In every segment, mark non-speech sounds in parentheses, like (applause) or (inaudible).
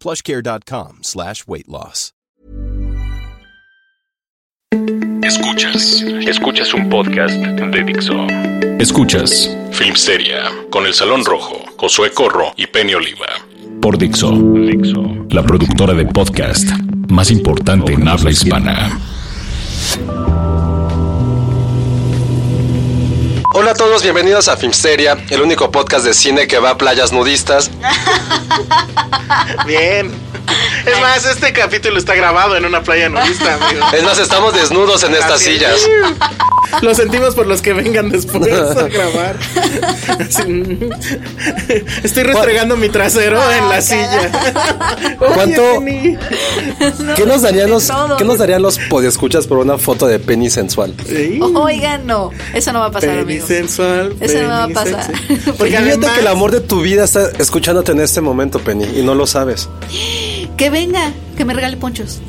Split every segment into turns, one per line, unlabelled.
plushcare.com slash weight loss.
Escuchas, escuchas un podcast de Dixo. Escuchas Filmsteria con El Salón Rojo, Josué Corro y Penny Oliva. Por Dixo, Dixo, la productora de podcast más importante en habla hispana.
Hola a todos, bienvenidos a Filmsteria, el único podcast de cine que va a playas nudistas.
Bien. Es más, este capítulo está grabado en una playa nudista, amigo.
Es más, estamos desnudos en estas
Así es.
sillas.
Lo sentimos por los que vengan después (laughs) a grabar. Así, Estoy restregando mi trasero
Ah,
en la silla.
(laughs)
Oye,
¿Cuánto-
Penny.
¿Qué nos darían los,
Todo.
¿qué nos darían los podescuchas por una foto de Penny sensual?
Sí. (laughs)
Oigan, no, eso no va a pasar,
Penny
amigos.
sensual.
Eso no va a
Penny
pasar. (laughs)
sensual. Porque
Porque
además-
que el amor de tu vida está escuchándote en este momento, Penny, y no lo sabes.
Que venga, que me
(laughs)
regale ponchos.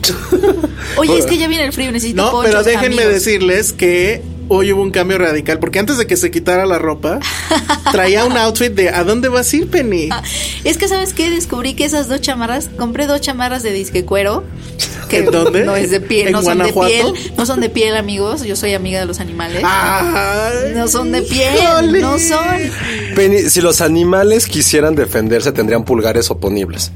Oye, es que ya viene el frío, necesito
No,
ponchos.
pero déjenme
amigos.
decirles que hoy hubo un cambio radical, porque antes de que se quitara la ropa, traía un outfit de ¿A dónde vas a ir, Penny?
Ah, Es que, ¿sabes qué? Descubrí que esas dos chamarras, compré dos chamarras de
(laughs)
disque cuero. Que
¿En dónde?
No es de piel,
¿En
no son
Guanajuato?
de piel. No son de piel, amigos. Yo soy amiga de los animales.
Ah. Ay,
No son de piel,
híjole.
no son.
Penny, si los animales quisieran defenderse, tendrían pulgares oponibles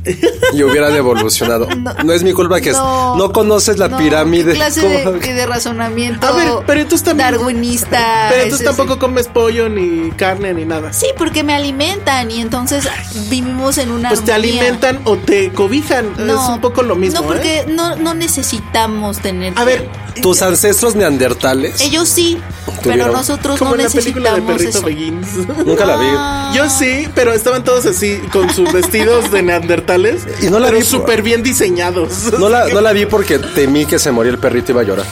y hubieran evolucionado. No, es mi culpa que es- no, conoces la
no,
pirámide.
¿qué clase
¿Cómo?
de, de razonamiento
A ver, pero entonces también-
darwinista.
Pero tú
Ah, ese-
tampoco comes pollo ni carne ni nada.
Sí, porque me alimentan y entonces vivimos en una.
Pues te
armonía.
alimentan o te cobijan. es un poco lo mismo.
No, porque
¿eh?
no, no necesitamos tener.
A ver, eh,
Tus ancestros neandertales.
Ellos sí,
Tuvieron-
pero nosotros
como
no
en la película de
necesitamos
Perrito (laughs)
eso.
Beguins.
Nunca la vi.
Yo sí, pero estaban todos así con sus vestidos de neandertales.
Y no la
pero
vi por-
súper bien diseñados.
No
(laughs)
la, no la vi porque temí que se moría el perrito y iba a llorar.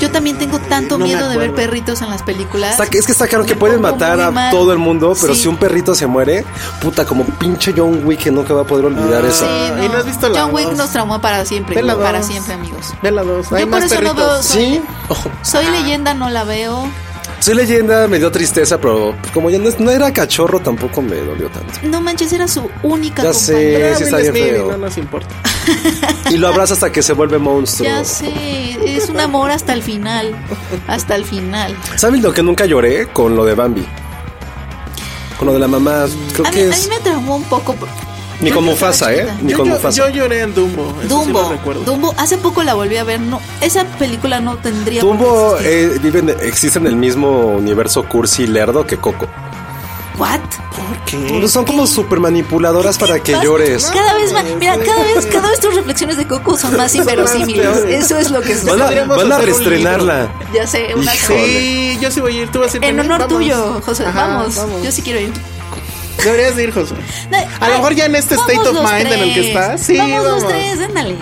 Yo también tengo tanto
No me
miedo de ver
acuerdo.
perritos en las películas.
Está- es que está claro que
Me
pueden
pongo
matar
muy
a
mal.
todo el mundo, pero
Ah. Sí.
si un perrito se muere, puta, como pinche John Wick que nunca va a poder olvidar eso.
Sí,
¿Y no has visto la
John Wick
dos?
nos traumó para siempre,
Ve la
para
dos.
siempre, amigos.
Ve la dos. Hay
Yo por
más
eso no
perritos.
veo.
Sí.
Soy leyenda, no la veo.
Soy leyenda, me dio tristeza, pero como ya no, no era cachorro, tampoco me dolió tanto.
No manches, era su única
Ya
compañera.
sé,
Ah,
sí
Will
está bien
Smith,
feo.
No nos importa.
Y lo abraza hasta que se vuelve monstruo.
Ya sé, es un amor hasta el final. Hasta el final.
¿Sabes lo que nunca lloré? Con lo de Bambi. Con lo de la mamá. Creo
A mí,
que
a
es.
mí me traumó un poco. por-
Ni
Yo
con
creo que
Mufasa,
era
¿eh?
chiquita.
Ni
Yo,
con
yo-
Mufasa.
yo lloré en Dumbo. eso sí lo
Dumbo,
recuerdo.
Dumbo, hace poco la volví a ver, no, esa película no tendría por qué
Tumbo
existir.
eh, vive en- existe en el mismo universo cursi y lerdo que Coco.
eh, ¿Por
What?
Pues
qué?
son como super manipuladoras para que
Vas-
llores.
Cada vez más, mira, cada vez, cada vez tus reflexiones de Coco
(laughs)
son más inverosímiles.
peores.
Eso es lo que es.
Van a,
Podríamos
van a
hacer un
reestrenarla.
Ya sé, una
Sí, yo sí voy a ir. Tú vas a ir
En
también,
honor
vamos.
tuyo, José,
Ajá,
vamos, Yo sí quiero ir.
Deberías de ir, Josué.
No,
A lo mejor ya en este
vamos
state of
los
mind en el que
tres.
estás. Sí,
vamos, los
vamos.
tres, ándale.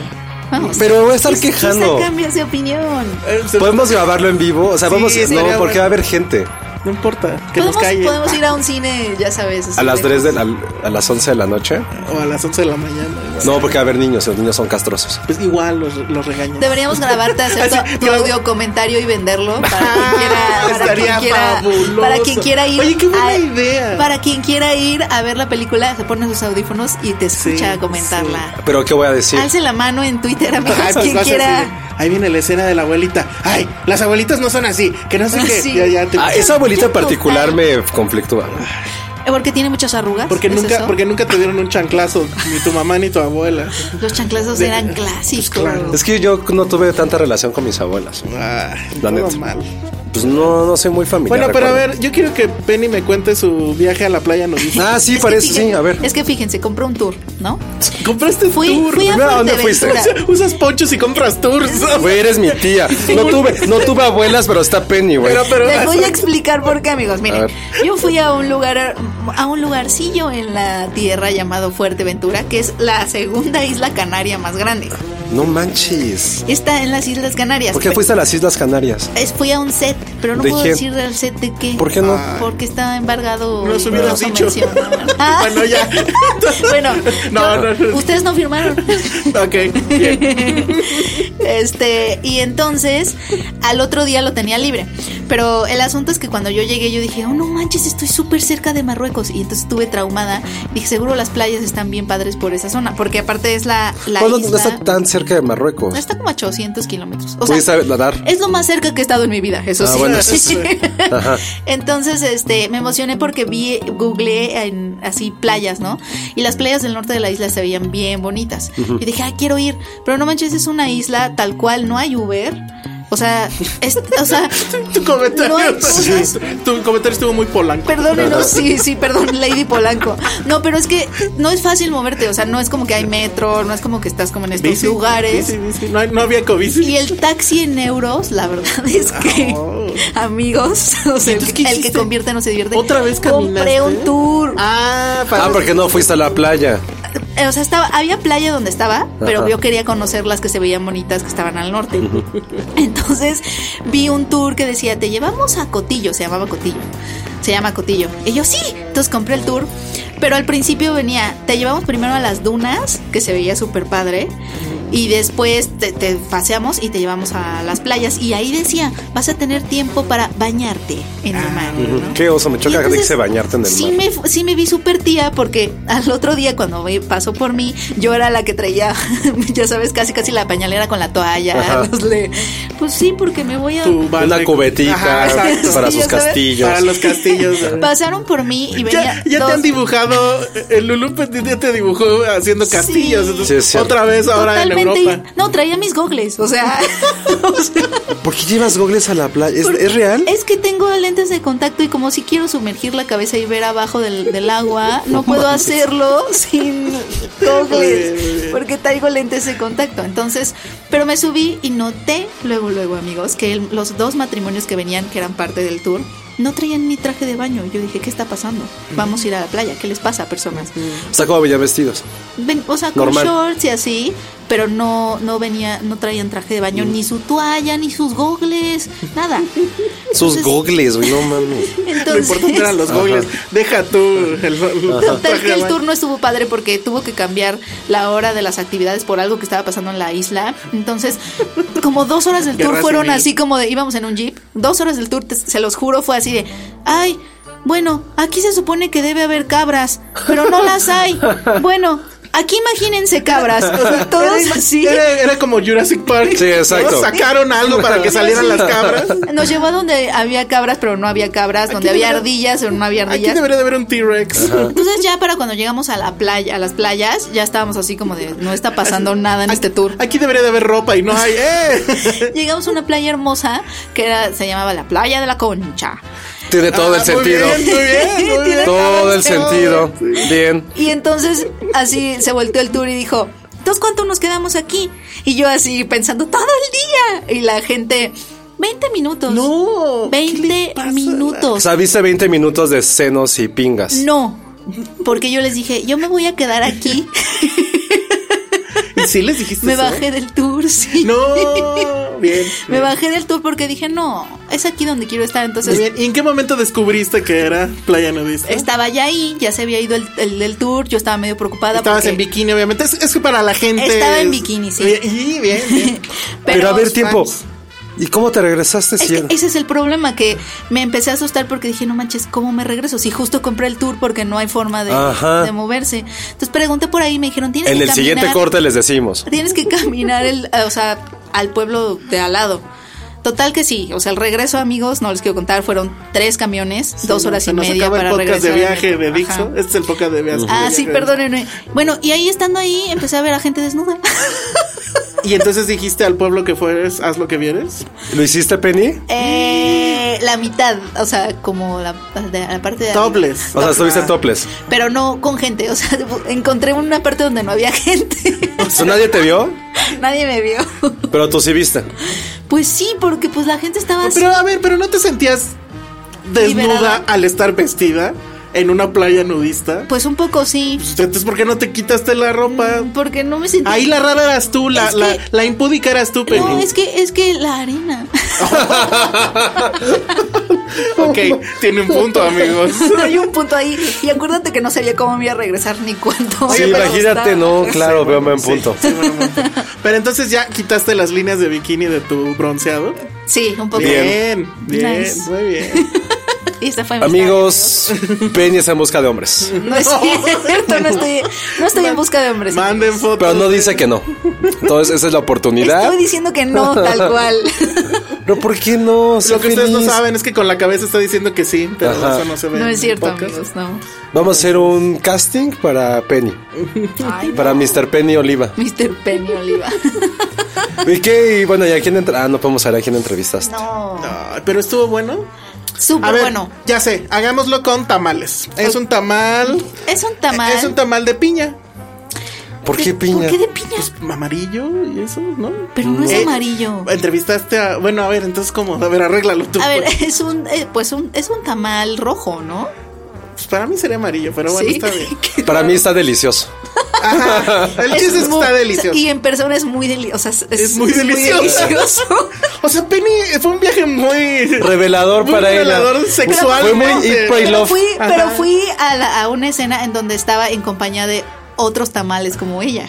Vamos.
Pero voy a estar
Quizá-
quejando.
Quizá cambias de opinión.
Eh, se-
Podemos grabarlo en vivo. O sea,
Sí,
vamos.
sería
No,
bueno.
porque va a haber gente.
No importa, que nos
Podemos,
callen.
podemos ir a un cine, ya sabes. así
A las
de-
3 de la, a las 11 de la noche.
O a las 11 de la mañana. igual.
No, porque va a haber niños. Los niños son castrosos.
Pues igual los, los regañan.
Deberíamos grabarte, hacer
Así,
tu, tu
grabo-
audio comentario y venderlo para quien
Ah,
quiera, para
estaría
quien quiera,
fabuloso.
para quien quiera ir.
Oye, qué buena
a-
idea.
Para quien quiera ir a ver la película, se pone sus audífonos y te escucha
Sí,
comentarla.
Pero ¿qué voy a decir?
Alce la mano en Twitter,
(laughs)
amigos,
Ay, pues
quien
vas así
quiera.
de, Ahí viene la escena de la abuelita. Ay, las abuelitas no son así. Que no sé qué.
Sí.
Ya, ya te-
Ah, esa abuelita en
Yo total.
particular me conflictúa.
Porque tiene muchas arrugas.
Porque
¿es
nunca,
eso?
porque nunca te dieron un chanclazo, ni tu mamá ni tu abuela.
Los chanclazos
De-
eran
pues,
clásicos.
claro.
Es que yo no tuve tanta relación con mis abuelas.
Ah,
La
todo
neta.
mal.
Pues no, no soy muy familiar.
Bueno, pero a
recuerdo.
ver, yo quiero que Penny me cuente su viaje a la playa nudista.
Ah, sí,
Es que
parece,
fíjense-
sí, a ver.
Es que fíjense, compró un tour, ¿no?
¿Compraste
Fui-
tour?
fui a
No, ¿dónde
Fuerteventura.
fuiste? Usas ponchos y compras tours. ¿no?
Güey, eres mi
(laughs)
tía. No tuve, no tuve abuelas, pero está Penny, güey.
Pero, pero-
Les voy a explicar por qué, amigos.
A
Miren,
ver.
yo fui a un lugar, a un lugarcillo en la tierra llamado Fuerteventura, que es la segunda isla canaria más grande.
No manches.
Está en las Islas Canarias.
¿Por qué fuiste a las Islas Canarias?
Es- fui a un set, pero no
¿De
puedo
qué?
decir del set de qué. Ah.
¿Por qué no?
Porque está embargado.
No
y
se hubieras
se
dicho.
menciona. Ah,
(laughs) Bueno, ya.
(laughs) bueno,
No,
yo-
no, no.
ustedes
(laughs)
no firmaron.
ok, bien.
(laughs) Este, y entonces al otro día lo tenía libre. Pero el asunto es que cuando yo llegué, yo dije, oh no manches, estoy súper cerca de Marruecos. Y entonces estuve traumada. Dije, seguro las playas están bien padres por esa zona. Porque aparte es la, la
Pues no, no
isla.
está tan cerca de Marruecos.
está como a 800 kilómetros. O sea,
¿Pudiste nadar?
es lo más cerca que he estado en mi vida, eso
Ah,
sí. (laughs)
bueno, eso sí. (laughs) Ajá.
Entonces, este, me emocioné porque vi, googleé en, así playas, ¿no? Y las playas del norte de la isla se veían bien bonitas. Y dije, ah, quiero ir. Pero no manches, es una isla tal cual, no hay Uber. O sea, es-
(laughs)
o sea,
Tu comentario, (laughs)
No hay cosas.
tu comentario estuvo muy polanco.
Perdónenos, sí, sí, perdón, Lady Polanco. No, pero es que no es fácil moverte, o sea, no es como que hay metro, no es como que estás como en estos
Bici,
lugares.
bici, bici. No, hay- no había cobici.
Y el taxi en euros, la verdad es que,
Oh.
amigos, (laughs) o sea, el,
Entonces, ¿qué
el que
hiciste?
convierte no se divierte.
¿Otra vez
Compré
caminaste?
un tour.
Ah, para
Ah, porque no fuiste a la playa.
Eh, O sea, estaba, había playa donde estaba, pero yo quería conocer las que se veían bonitas que estaban al norte. (laughs) Entonces vi un tour que decía, te llevamos a Cotillo, se llamaba Cotillo. Se llama Cotillo. Y yo sí, entonces compré el tour. Pero al principio venía, te llevamos primero a las dunas, que se veía súper padre. Y después te, te paseamos y te llevamos a las playas. Y ahí decía, vas a tener tiempo para bañarte en el mar. ¿no?
Qué oso, me
Y
choca que
entonces,
dice bañarte en el
sí
mar.
Me, fu- sí me vi súper tía porque al otro día cuando me pasó por mí, yo era la que traía, (laughs) ya sabes, casi casi la pañalera con la toalla.
Ajá.
(laughs) los le- pues sí, porque me voy a...
tu balde.
Una cubetica
Ajá, exacto.
para
Sí,
sus
ya sabes.
castillos.
Para los (laughs) castillos. eh.
Pasaron por mí y venía
Ya, ya te
dos-
han dibujado, eh, el Lulú ya te dibujó haciendo castillos.
Sí.
Sí,
Entonces,
es cierto.
otra vez ahora en
totalmente-
Europa.
No, traía mis gogles, o sea... (laughs) o sea,
¿Por qué llevas gogles a la playa? ¿Es, es real?
Es que tengo lentes de contacto y como si quiero sumergir la cabeza y ver abajo del, del agua,
(laughs)
no puedo hacerlo sin gogles porque traigo lentes de contacto. Entonces, pero me subí y noté luego, luego amigos, que el- los dos matrimonios que venían, que eran parte del tour, no traían ni traje de baño. Yo dije, ¿qué está pasando? Vamos a ir a la playa. ¿Qué les pasa, personas?
Está como ya vestidos.
Ven- o sea, con
Normal.
shorts y así, pero no, no venía, no traían traje de baño, ni su toalla, ni sus gogles, nada.
(laughs) Sus
Entonces-
gogles, güey, no mames.
Lo
Entonces,
importante eran los gogles. Deja tú el,
(laughs) Total que el
Ajá.
turno estuvo padre porque tuvo que cambiar la hora de las actividades por algo que estaba pasando en la isla. Entonces, como dos horas del tour
Guerra
fueron
civil.
así como de íbamos en un jeep. Dos horas del tour, te- se los juro, fue así de, ay, bueno, aquí se supone que debe haber cabras, pero no
(laughs)
las hay. Bueno, aquí imagínense cabras. O sea, todos así.
Era, era como Jurassic Park.
Sí, exacto.
¿No? Sacaron algo para que salieran las
(laughs)
cabras.
Nos llevó a donde había cabras, pero no había cabras, donde había ardillas, pero no había
Aquí
ardillas.
debería de haber un T-Rex.
Entonces ya para cuando llegamos a la playa, a las playas, ya estábamos así como de no está pasando nada en este tour.
Aquí debería de haber ropa y no hay.
(laughs)
¡Eh!
Llegamos a una playa hermosa que era, se llamaba la playa de la concha.
Tiene todo el
Ah,
sentido.
Muy bien, muy
(laughs)
bien, muy bien.
Todo el sentido. Bien.
Y entonces así se volteó el tour y dijo, ¿entonces cuánto nos quedamos aquí? Y yo así pensando todo el día. Y la gente, 20 minutos.
No, ¿qué le
20
pasa a la-
O
minutos.
sea, viste 20 minutos de senos y pingas.
No. Porque yo les dije, yo me voy a
(laughs)
quedar aquí.
¿Y sí les dijiste
Me
eso?
bajé del tour, sí. (laughs)
No, bien.
Me bajé del tour porque dije, no, es aquí donde quiero estar.
Muy
Entonces
bien. ¿Y en qué momento descubriste que era playa nudista?
estaba ya ahí, ya se había ido el, el del tour, yo estaba medio preocupada.
Estabas
porque-
en bikini, obviamente. Es, es que para la gente.
Estaba en
es-
bikini, sí.
Bien, Y bien,
(laughs)
bien.
Pero, a ver,
los
tiempo.
fans.
¿Y cómo te regresaste,
es
cielo?
que ese es el problema, que me empecé a asustar porque dije, no manches, ¿cómo me regreso? Si justo compré el tour porque no hay forma de,
Ajá.
de moverse. Entonces pregunté por ahí, me dijeron, tienes
En
que
el siguiente
caminar-
corte les decimos.
eh, Tienes que caminar, el, o sea, al pueblo de al lado. Total que sí, o sea, el regreso, amigos, no les quiero contar, fueron tres camiones, dos horas
Se
y
nos
media
acaba
para
el podcast de
regresar.
viaje de
Ajá.
Dixo. Este es el podcast de viaje.
Ah, sí, perdónenme. Bueno, y ahí estando ahí empecé a ver a gente desnuda. (laughs)
Y entonces dijiste al pueblo que fueres, haz lo que vieres.
¿Lo hiciste, Penny?
Eh, la mitad, o sea, como la, de- la parte de...
Tobles.
O sea,
Ah.
estuviste topless.
Pero no con gente, o sea, (laughs) encontré una parte donde no había (laughs) gente.
O sea, nadie te vio,
Nadie me vio.
pero tú sí viste.
Pues sí, porque pues la gente estaba así.
Pero a ver, pero no te sentías desnuda
Liberada.
al estar vestida en una playa nudista.
Pues un poco sí,
Entonces, ¿por qué no te quitaste la ropa?
porque no me sentí...
Ahí la rara eras tú, la,
Es
la,
que-
la impúdica eras tú, Penny.
No, es que, es que la arena.
Ok, tiene un punto,
(laughs)
amigos.
Hay un punto ahí. Y acuérdate que no sabía cómo me iba a regresar ni cuánto.
Sí,
me
imagínate,
costaba.
no, claro, veo (laughs) buen punto.
Sí, bueno, bueno. Pero entonces ya quitaste las líneas de bikini de tu bronceado.
Sí, un poco.
Bien, bien,
Nice.
muy
(laughs)
bien.
Y esa fue mi
Amigos, Penny está en busca de hombres.
(laughs)
historia, amigos. No es cierto, no estoy, no estoy en busca de hombres.
Manden fotos.
Pero no dice que no. Entonces, esa es la oportunidad.
Estoy diciendo que no,
(laughs)
tal cual.
Pero ¿por qué no? Sé
Lo que ustedes no
feliz.
saben es que con la cabeza está diciendo que sí, pero
Ajá.
eso no se ve.
No
en
es cierto,
el podcast.
amigos, no.
Vamos a hacer un casting para Penny,
Ay,
para Mr. Penny Oliva.
Mr. Penny Oliva.
¿Y qué? Y bueno, ¿y a quién entra? Ah, no podemos saber a quién entrevistaste.
No.
No, pero estuvo bueno. A
Súper
ver,
bueno.
ya sé, hagámoslo con tamales. Es un tamal.
Es un tamal.
Es un tamal de piña. Pues
¿Por qué
¿De-
piña? Pues,
¿Por qué de piña?
Amarillo y eso, ¿no?
Pero no es
Eh,
amarillo.
Entrevistaste a. Bueno, a ver, entonces, ¿cómo? A ver, arréglalo tú.
A ver,
pues.
es un, eh, pues un, es un tamal rojo, ¿no?
Pues para mí sería amarillo, pero bueno,
Sí.
está
(laughs)
bien.
Para mí está delicioso.
Ajá, (laughs) El chiste es que
muy-
está delicioso.
Y en persona es muy delicioso. O sea, es,
Es muy delicioso. (laughs)
delicioso.
O sea, Penny fue un viaje muy.
Revelador
Muy
para
revelador
ella.
sexual.
Fue muy pues
¿no?
Eat, Pray,
pero
Love.
fui,
Ajá.
pero fui a, la- a una escena en donde estaba en compañía de otros tamales como ella.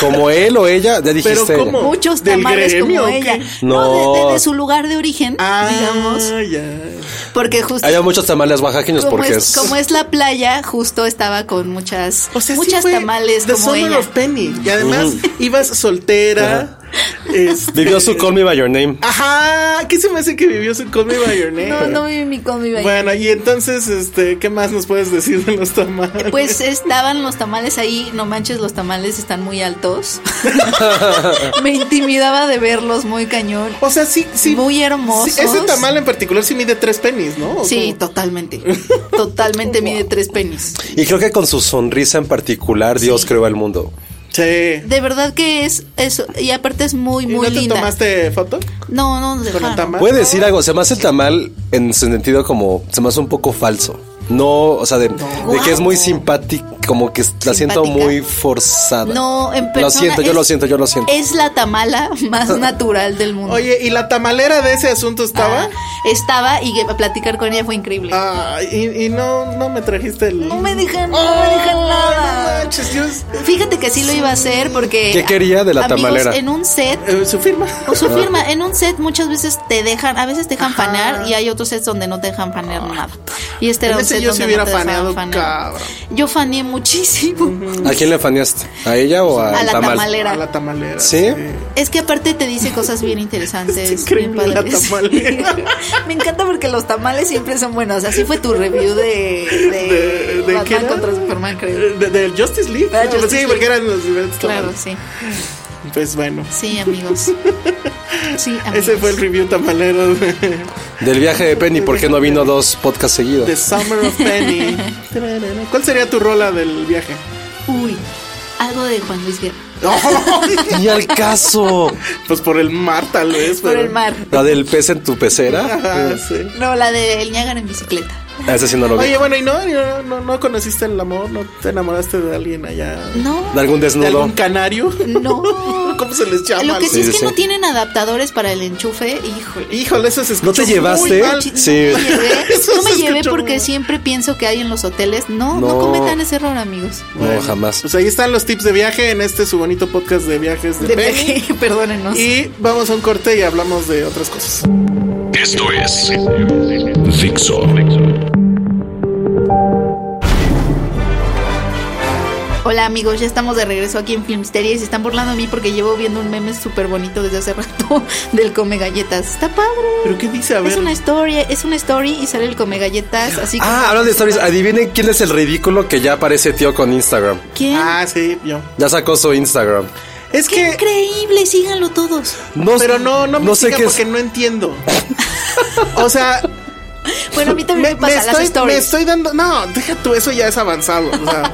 Como él o ella, ya dijiste.
Pero ¿cómo?
Muchos
Oh, ¿Del
tamales
gremio o
como
qué?
ella.
No.
No, de, de- de su lugar de origen,
Ah,
digamos.
ya.
Porque justo.
Hay muchos tamales oaxaqueños
Como
porque
es,
es.
como es la playa, justo estaba con muchas,
O sea, sí
muchas
fue
tamales
The
como
Summer
ella.
of Penny. Y además ibas soltera. este-
Vivió su Call Me By Your Name.
Ajá, ¿qué se me hace que vivió su Call Me By Your Name?
No, no viví mi con mi baño.
Bueno, y entonces, este, ¿qué más nos puedes decir de los tamales?
Pues estaban los tamales ahí, no manches, los tamales están muy
(laughs)
altos. Me intimidaba de verlos muy cañón.
o sea, sí, sí.
Muy hermosos.
Sí, ese tamal en particular sí mide tres penis, ¿no? ¿O
Sí,
cómo?
totalmente. Totalmente mide tres penis.
Y creo que con su sonrisa en particular, Dios creó al mundo.
Sí.
De verdad que es eso. Y aparte es muy,
¿Y
muy
no te
linda.
tomaste foto
No, no nos
con el
dejaron.
tamal?
Puede decir algo, se me hace el tamal en su sentido como, se me hace un poco falso. No, o sea, de, de que es muy simpático, como que la siento
Simpática.
muy forzada.
No, en persona
Lo siento, yo
es-
lo siento, yo lo siento.
Es la tamala más
(laughs)
natural del mundo.
Oye, ¿y la tamalera de ese asunto
Ah,
estaba?
estaba y que platicar con ella fue increíble.
Ah, y, y no, no me trajiste el.
No me dejan, no
Ay,
me dejan nada.
no manches, yo-
Fíjate que sí lo iba a hacer porque.
¿Qué quería de la
amigos,
tamalera?
En un set.
eh, su firma.
O su firma, en un set muchas veces te dejan, a veces te dejan fanear y hay otros sets donde no te dejan fanear nada. Y este era
Ah, En
un
ese
set
yo
donde
sí hubiera
no te
faneado,
dejaban fanear.
cabrón.
Yo faneé muchísimo
¿A quién le faneaste? ¿A ella o al
a la
tamal?
A
tamalera.
Ah, la tamalera.
¿Sí?
Es que aparte te dice cosas bien interesantes.
Es increíble
bien padres.
la tamalera.
(laughs) Me encanta porque los tamales siempre son buenos. Así fue tu review de, de,
¿De, de qué
Batman
era?
contra Superman, creo.
Eh, de- Del Justice League.
Ah,
Pues
Justice
sí,
League.
porque eran los diferentes
Claro,
tamales.
sí.
Pues bueno.
Sí, amigos. Sí,
(laughs)
amigos.
Ese fue el review tamalero de,
Del viaje de Penny, ¿por qué no vino dos podcasts seguidos?
de Summer of
(laughs)
Penny. Tararara. ¿Cuál sería tu rola del viaje? (laughs)
Uy, algo de Juan Luis Guerra.
Ni al caso.
Pues por el mar, tal vez.
Por
pero-
el mar.
La del pez en tu pecera.
Ajá, sí.
No, la de El Niágara en bicicleta.
A ese sí no lo vi.
Oye, bueno, ¿y no, no, no, no conociste el amor? ¿No te enamoraste de alguien allá?
No,
De algún
¿De
desnudo.
algún canario?
(laughs) no.
(laughs) ¿Cómo se les llama?
Lo que sí,
Sí,
es
sí,
que
sí.
no tienen adaptadores para el enchufe, híjole.
Híjole, eso se
¿No
escuchó
te
muy
llevaste?
mal.
Sí. Sí.
No me
(laughs)
llevé,
Eso
no me
se
llevé
escuchó
porque
muy-
siempre pienso que hay en los hoteles. No, no,
No.
cometan ese error, amigos.
No, jamás.
Pues ahí están los tips de viaje en este su bonito podcast de viajes de,
De
Penny.
viaje, (laughs) perdónenos.
Y vamos a un corte y hablamos de otras cosas.
Esto es Dixo.
Hola amigos, ya estamos de regreso aquí en Filmsteria y se están burlando de mí porque llevo viendo un meme súper bonito desde hace (laughs) rato del come galletas. Está padre.
¿Pero qué dice? A ver.
Es una historia, es una story y sale el come galletas, así como-
Ah, hablando de stories, adivinen quién es el ridículo que ya aparece tío con Instagram.
¿Quién?
Ah, sí, yo.
Ya sacó su Instagram.
Es
¡Qué
que.
increíble! Síganlo todos.
No,
Pero no, no me
sé
sigan
qué es.
porque no entiendo. O sea,
Bueno, a mí también me, pasa las
estoy,
stories.
me estoy dando. No, deja tú, eso ya es avanzado. O
(laughs)
sea,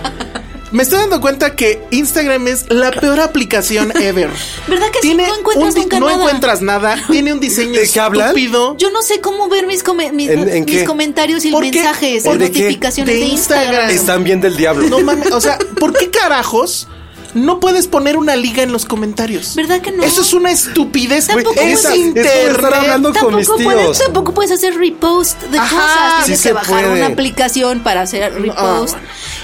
me estoy dando cuenta que Instagram es la peor aplicación ever.
¿Verdad que sí?
Tiene
No encuentras
un di-
nunca
no
nada.
encuentras
(laughs)
nada. Tiene un diseño
¿De qué hablan?
estúpido.
Yo no sé cómo ver mis, come- mis,
¿En- en
mis
qué?
comentarios y
¿Por qué?
mensajes y
¿Por
de qué?
notificaciones
De
de Instagram.
Instagram.
Están bien del diablo.
eh, No mames, o sea, ¿por qué carajos no puedes poner una liga en los comentarios?
¿Verdad que no?
Eso es una estupidez.
Tampoco
güey. es
puedes- Es
como estar hablando
internet.
con mis
Tampoco puedes,
tíos.
tampoco puedes hacer repost de
Ajá,
cosas. Tienes
sí
que
se
bajar
puede.
una aplicación para hacer repost.
Ah, bueno.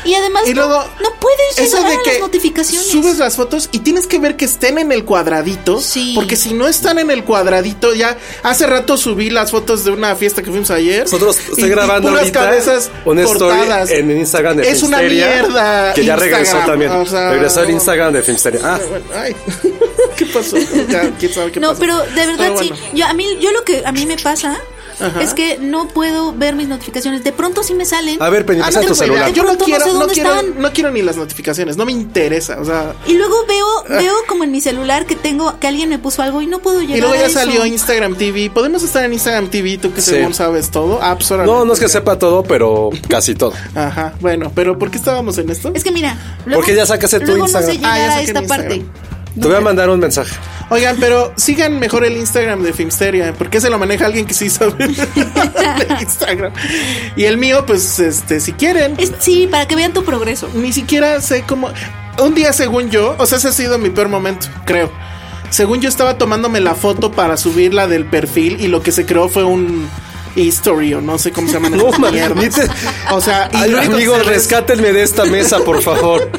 Y además
Y
no-
luego
no, puedes
eso
llegar
de
a
que
las notificaciones.
Subes las fotos y tienes que ver que estén en el cuadradito.
Sí.
Porque si no están en el cuadradito, ya hace rato subí las fotos de una fiesta que fuimos ayer.
Nosotros
y-
estoy
y
grabando
puras
ahorita
cabezas
una
cortadas.
story en el Instagram de
Es una
Filmsteria,
mierda.
Que ya regresó
Instagram,
también.
o sea,
regresó el
no.
Instagram de Filmsteria. Ah,
Ay, (laughs) ¿qué pasó? Ya, quién sabe qué
no,
pasó.
pero de verdad
Pero
sí.
bueno.
Yo a mí yo lo que a mí me pasa es que no puedo ver mis notificaciones. De pronto sí me salen.
A ver, Penny,
Ah,
pasa
no
tu
tengo idea.
celular.
Yo no
Pronto no
quiero,
sé
no
dónde
quiero,
están.
no quiero ni las notificaciones, no me interesa, o sea.
Y luego veo veo como en mi celular que tengo que alguien me puso algo y no puedo llegar
Y luego
a
ya
eso.
salió Instagram TV. Podemos estar en Instagram TV, tú que
Sí.
según sabes todo. Ah, pues órale,
No, no es que
porque-
sepa todo, pero casi todo.
Ajá, bueno, pero ¿por qué estábamos en esto?
Es que mira, luego,
Porque ya sacaste tu
luego no
Instagram.
sé llegar
Ah, ya
a
saqué
esta
mi
parte.
Instagram.
Te voy a mandar un mensaje.
Oigan, pero sigan mejor el Instagram de Filmsteria, porque se lo maneja alguien que sí sabe (laughs) de Instagram. Y el mío, pues, este, si quieren,
Es- sí, para que vean tu progreso.
ni siquiera sé cómo. Un día, según yo, o sea, ese ha sido mi peor momento, creo. Según yo estaba tomándome la foto para subirla del perfil y lo que se creó fue un history o no sé cómo
(laughs)
se llaman
No,
esas
man,
mierdas.
ni te-
O sea, y lo único que
Amigos,
se res-
rescátenme de esta mesa, por favor.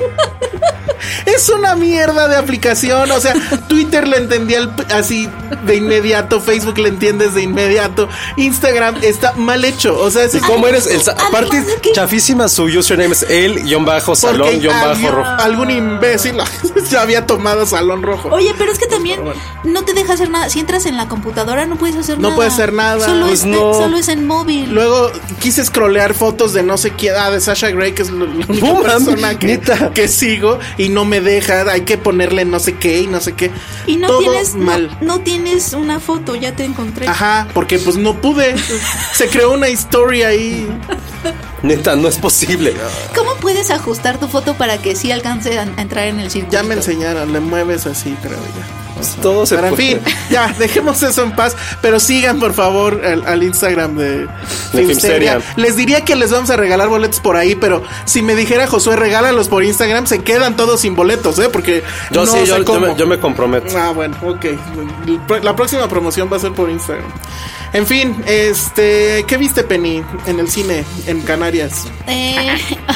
Es una mierda de aplicación. O sea, Twitter le entendía al- así de inmediato. Facebook le entiendes de inmediato. Instagram está mal hecho. O sea, eso
¿Y
es
cómo eres? El
(laughs)
sa-
Además
aparte,
de que-
chafísima su username es el-salón-rojo.
porque alguien- algún imbécil (laughs) ya había tomado salón rojo.
Oye, pero es que también no te deja hacer nada. Si entras en la computadora no puedes hacer
No
nada.
puedes hacer nada.
Solo,
Pues
es,
no.
solo es en móvil.
Luego quise scrollear fotos de no sé quién, ah, de Sasha Grey, que es la la única
No, mami,
persona que,
neta.
que sigo y no me deja, hay que ponerle no sé qué y no sé qué.
y no
Todo
tienes no-
mal.
No, tienes una foto, ya te encontré.
Ajá, porque pues no pude. Se creó una historia ahí.
Neta, no es posible.
¿Cómo puedes ajustar tu foto para que sí alcance a, a entrar en el circuito?
Ya me enseñaron, le mueves así, creo ya.
Pues Todo se
Pero en
puede.
fin, ya, dejemos eso en paz. Pero sigan, por favor, al, al Instagram de Filmsteria.
Filmsteria.
Les diría que les vamos a regalar boletos por ahí, pero si me dijera Josué, regálalos por Instagram, se quedan todos sin boletos, ¿eh? Porque
Yo
no
sí,
sé
yo, yo
cómo.
me, yo me comprometo.
Ah, bueno, ok. La próxima promoción va a ser por Instagram. En fin, este, ¿qué viste Penny en el cine en Canarias? (laughs)
Eh,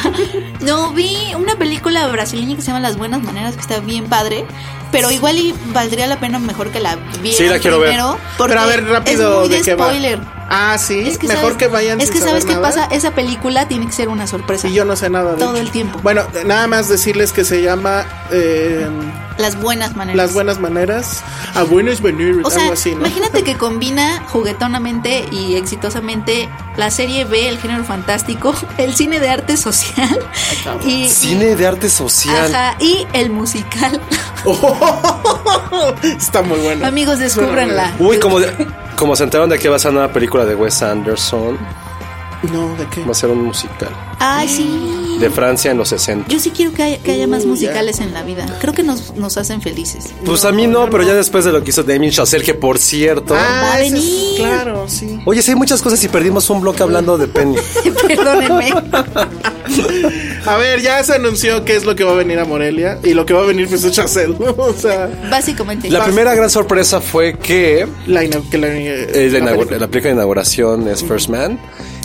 (laughs) no, vi una película brasileña que se llama Las Buenas Maneras, que está bien padre. Pero igual y valdría la pena mejor que la vieran
Sí, la quiero ver.
primero, porque
Pero a ver, rápido,
es muy
¿de
de
qué va?
spoiler.
Ah, sí,
Es que
mejor
sabes-
que vayan
Es
sin
que
saber
sabes qué
nada.
pasa, esa película tiene que ser una sorpresa.
Y yo no sé nada de
Todo
ello.
el tiempo.
Bueno, nada más decirles que se llama eh,
Las buenas maneras.
Las Buenas Maneras. A Buenos Venir,
o sea,
algo así, ¿no? (laughs)
imagínate que combina juguetonamente y exitosamente la serie B, el género fantástico, (laughs) el cine de arte social y,
Cine de arte social.
ajá, y el musical.
Oh, Está muy bueno.
Amigos, descúbranla.
Uy, como, de- como se enteraron de que va a ser una película de Wes Anderson,
No, ¿de qué?
va a ser un musical
Ay, sí.
de Francia en los 60.
Yo sí quiero que haya, que haya más musicales en la vida. Creo que nos, nos hacen felices. (laughs)
Pues a mí no, pero ya después de lo que hizo Damien Chazelle, que por cierto.
Ah,
a
ese es-
venir.
claro, sí.
Oye, sí hay muchas cosas y perdimos un bloque hablando de Penny.
Perdónenme.
A ver, ya se anunció qué es lo que va a venir a Morelia y lo que va a venir pues es Chacel. (laughs) o sea,
Básicamente.
La primera gran sorpresa fue que
la, ina- que la-
eh, la,
la
inaugu-
película.
la película de inauguración es First Man,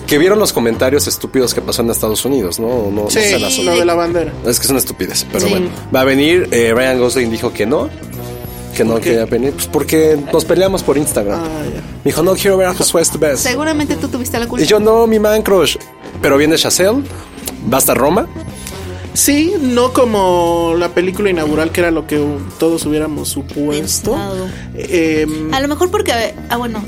que vieron los comentarios estúpidos que pasó en Estados Unidos, ¿no? No, no
Sí,
sé el asunto.
lo de la bandera.
Es que es una estupidez, pero
Sí.
bueno. Va a venir, eh, Ryan Gosling dijo que no, que no quería venir, pues porque nos peleamos por Instagram.
Ah, ya.
Me dijo, no quiero ver a Josué Estevez.
Seguramente tú tuviste la culpa.
Y yo, no, mi man crush. Pero viene Chazelle, va hasta Roma,
Sí, no como la película inaugural, que era lo que todos hubiéramos supuesto.
Pensado.
Eh,
A lo mejor porque. Ah, bueno.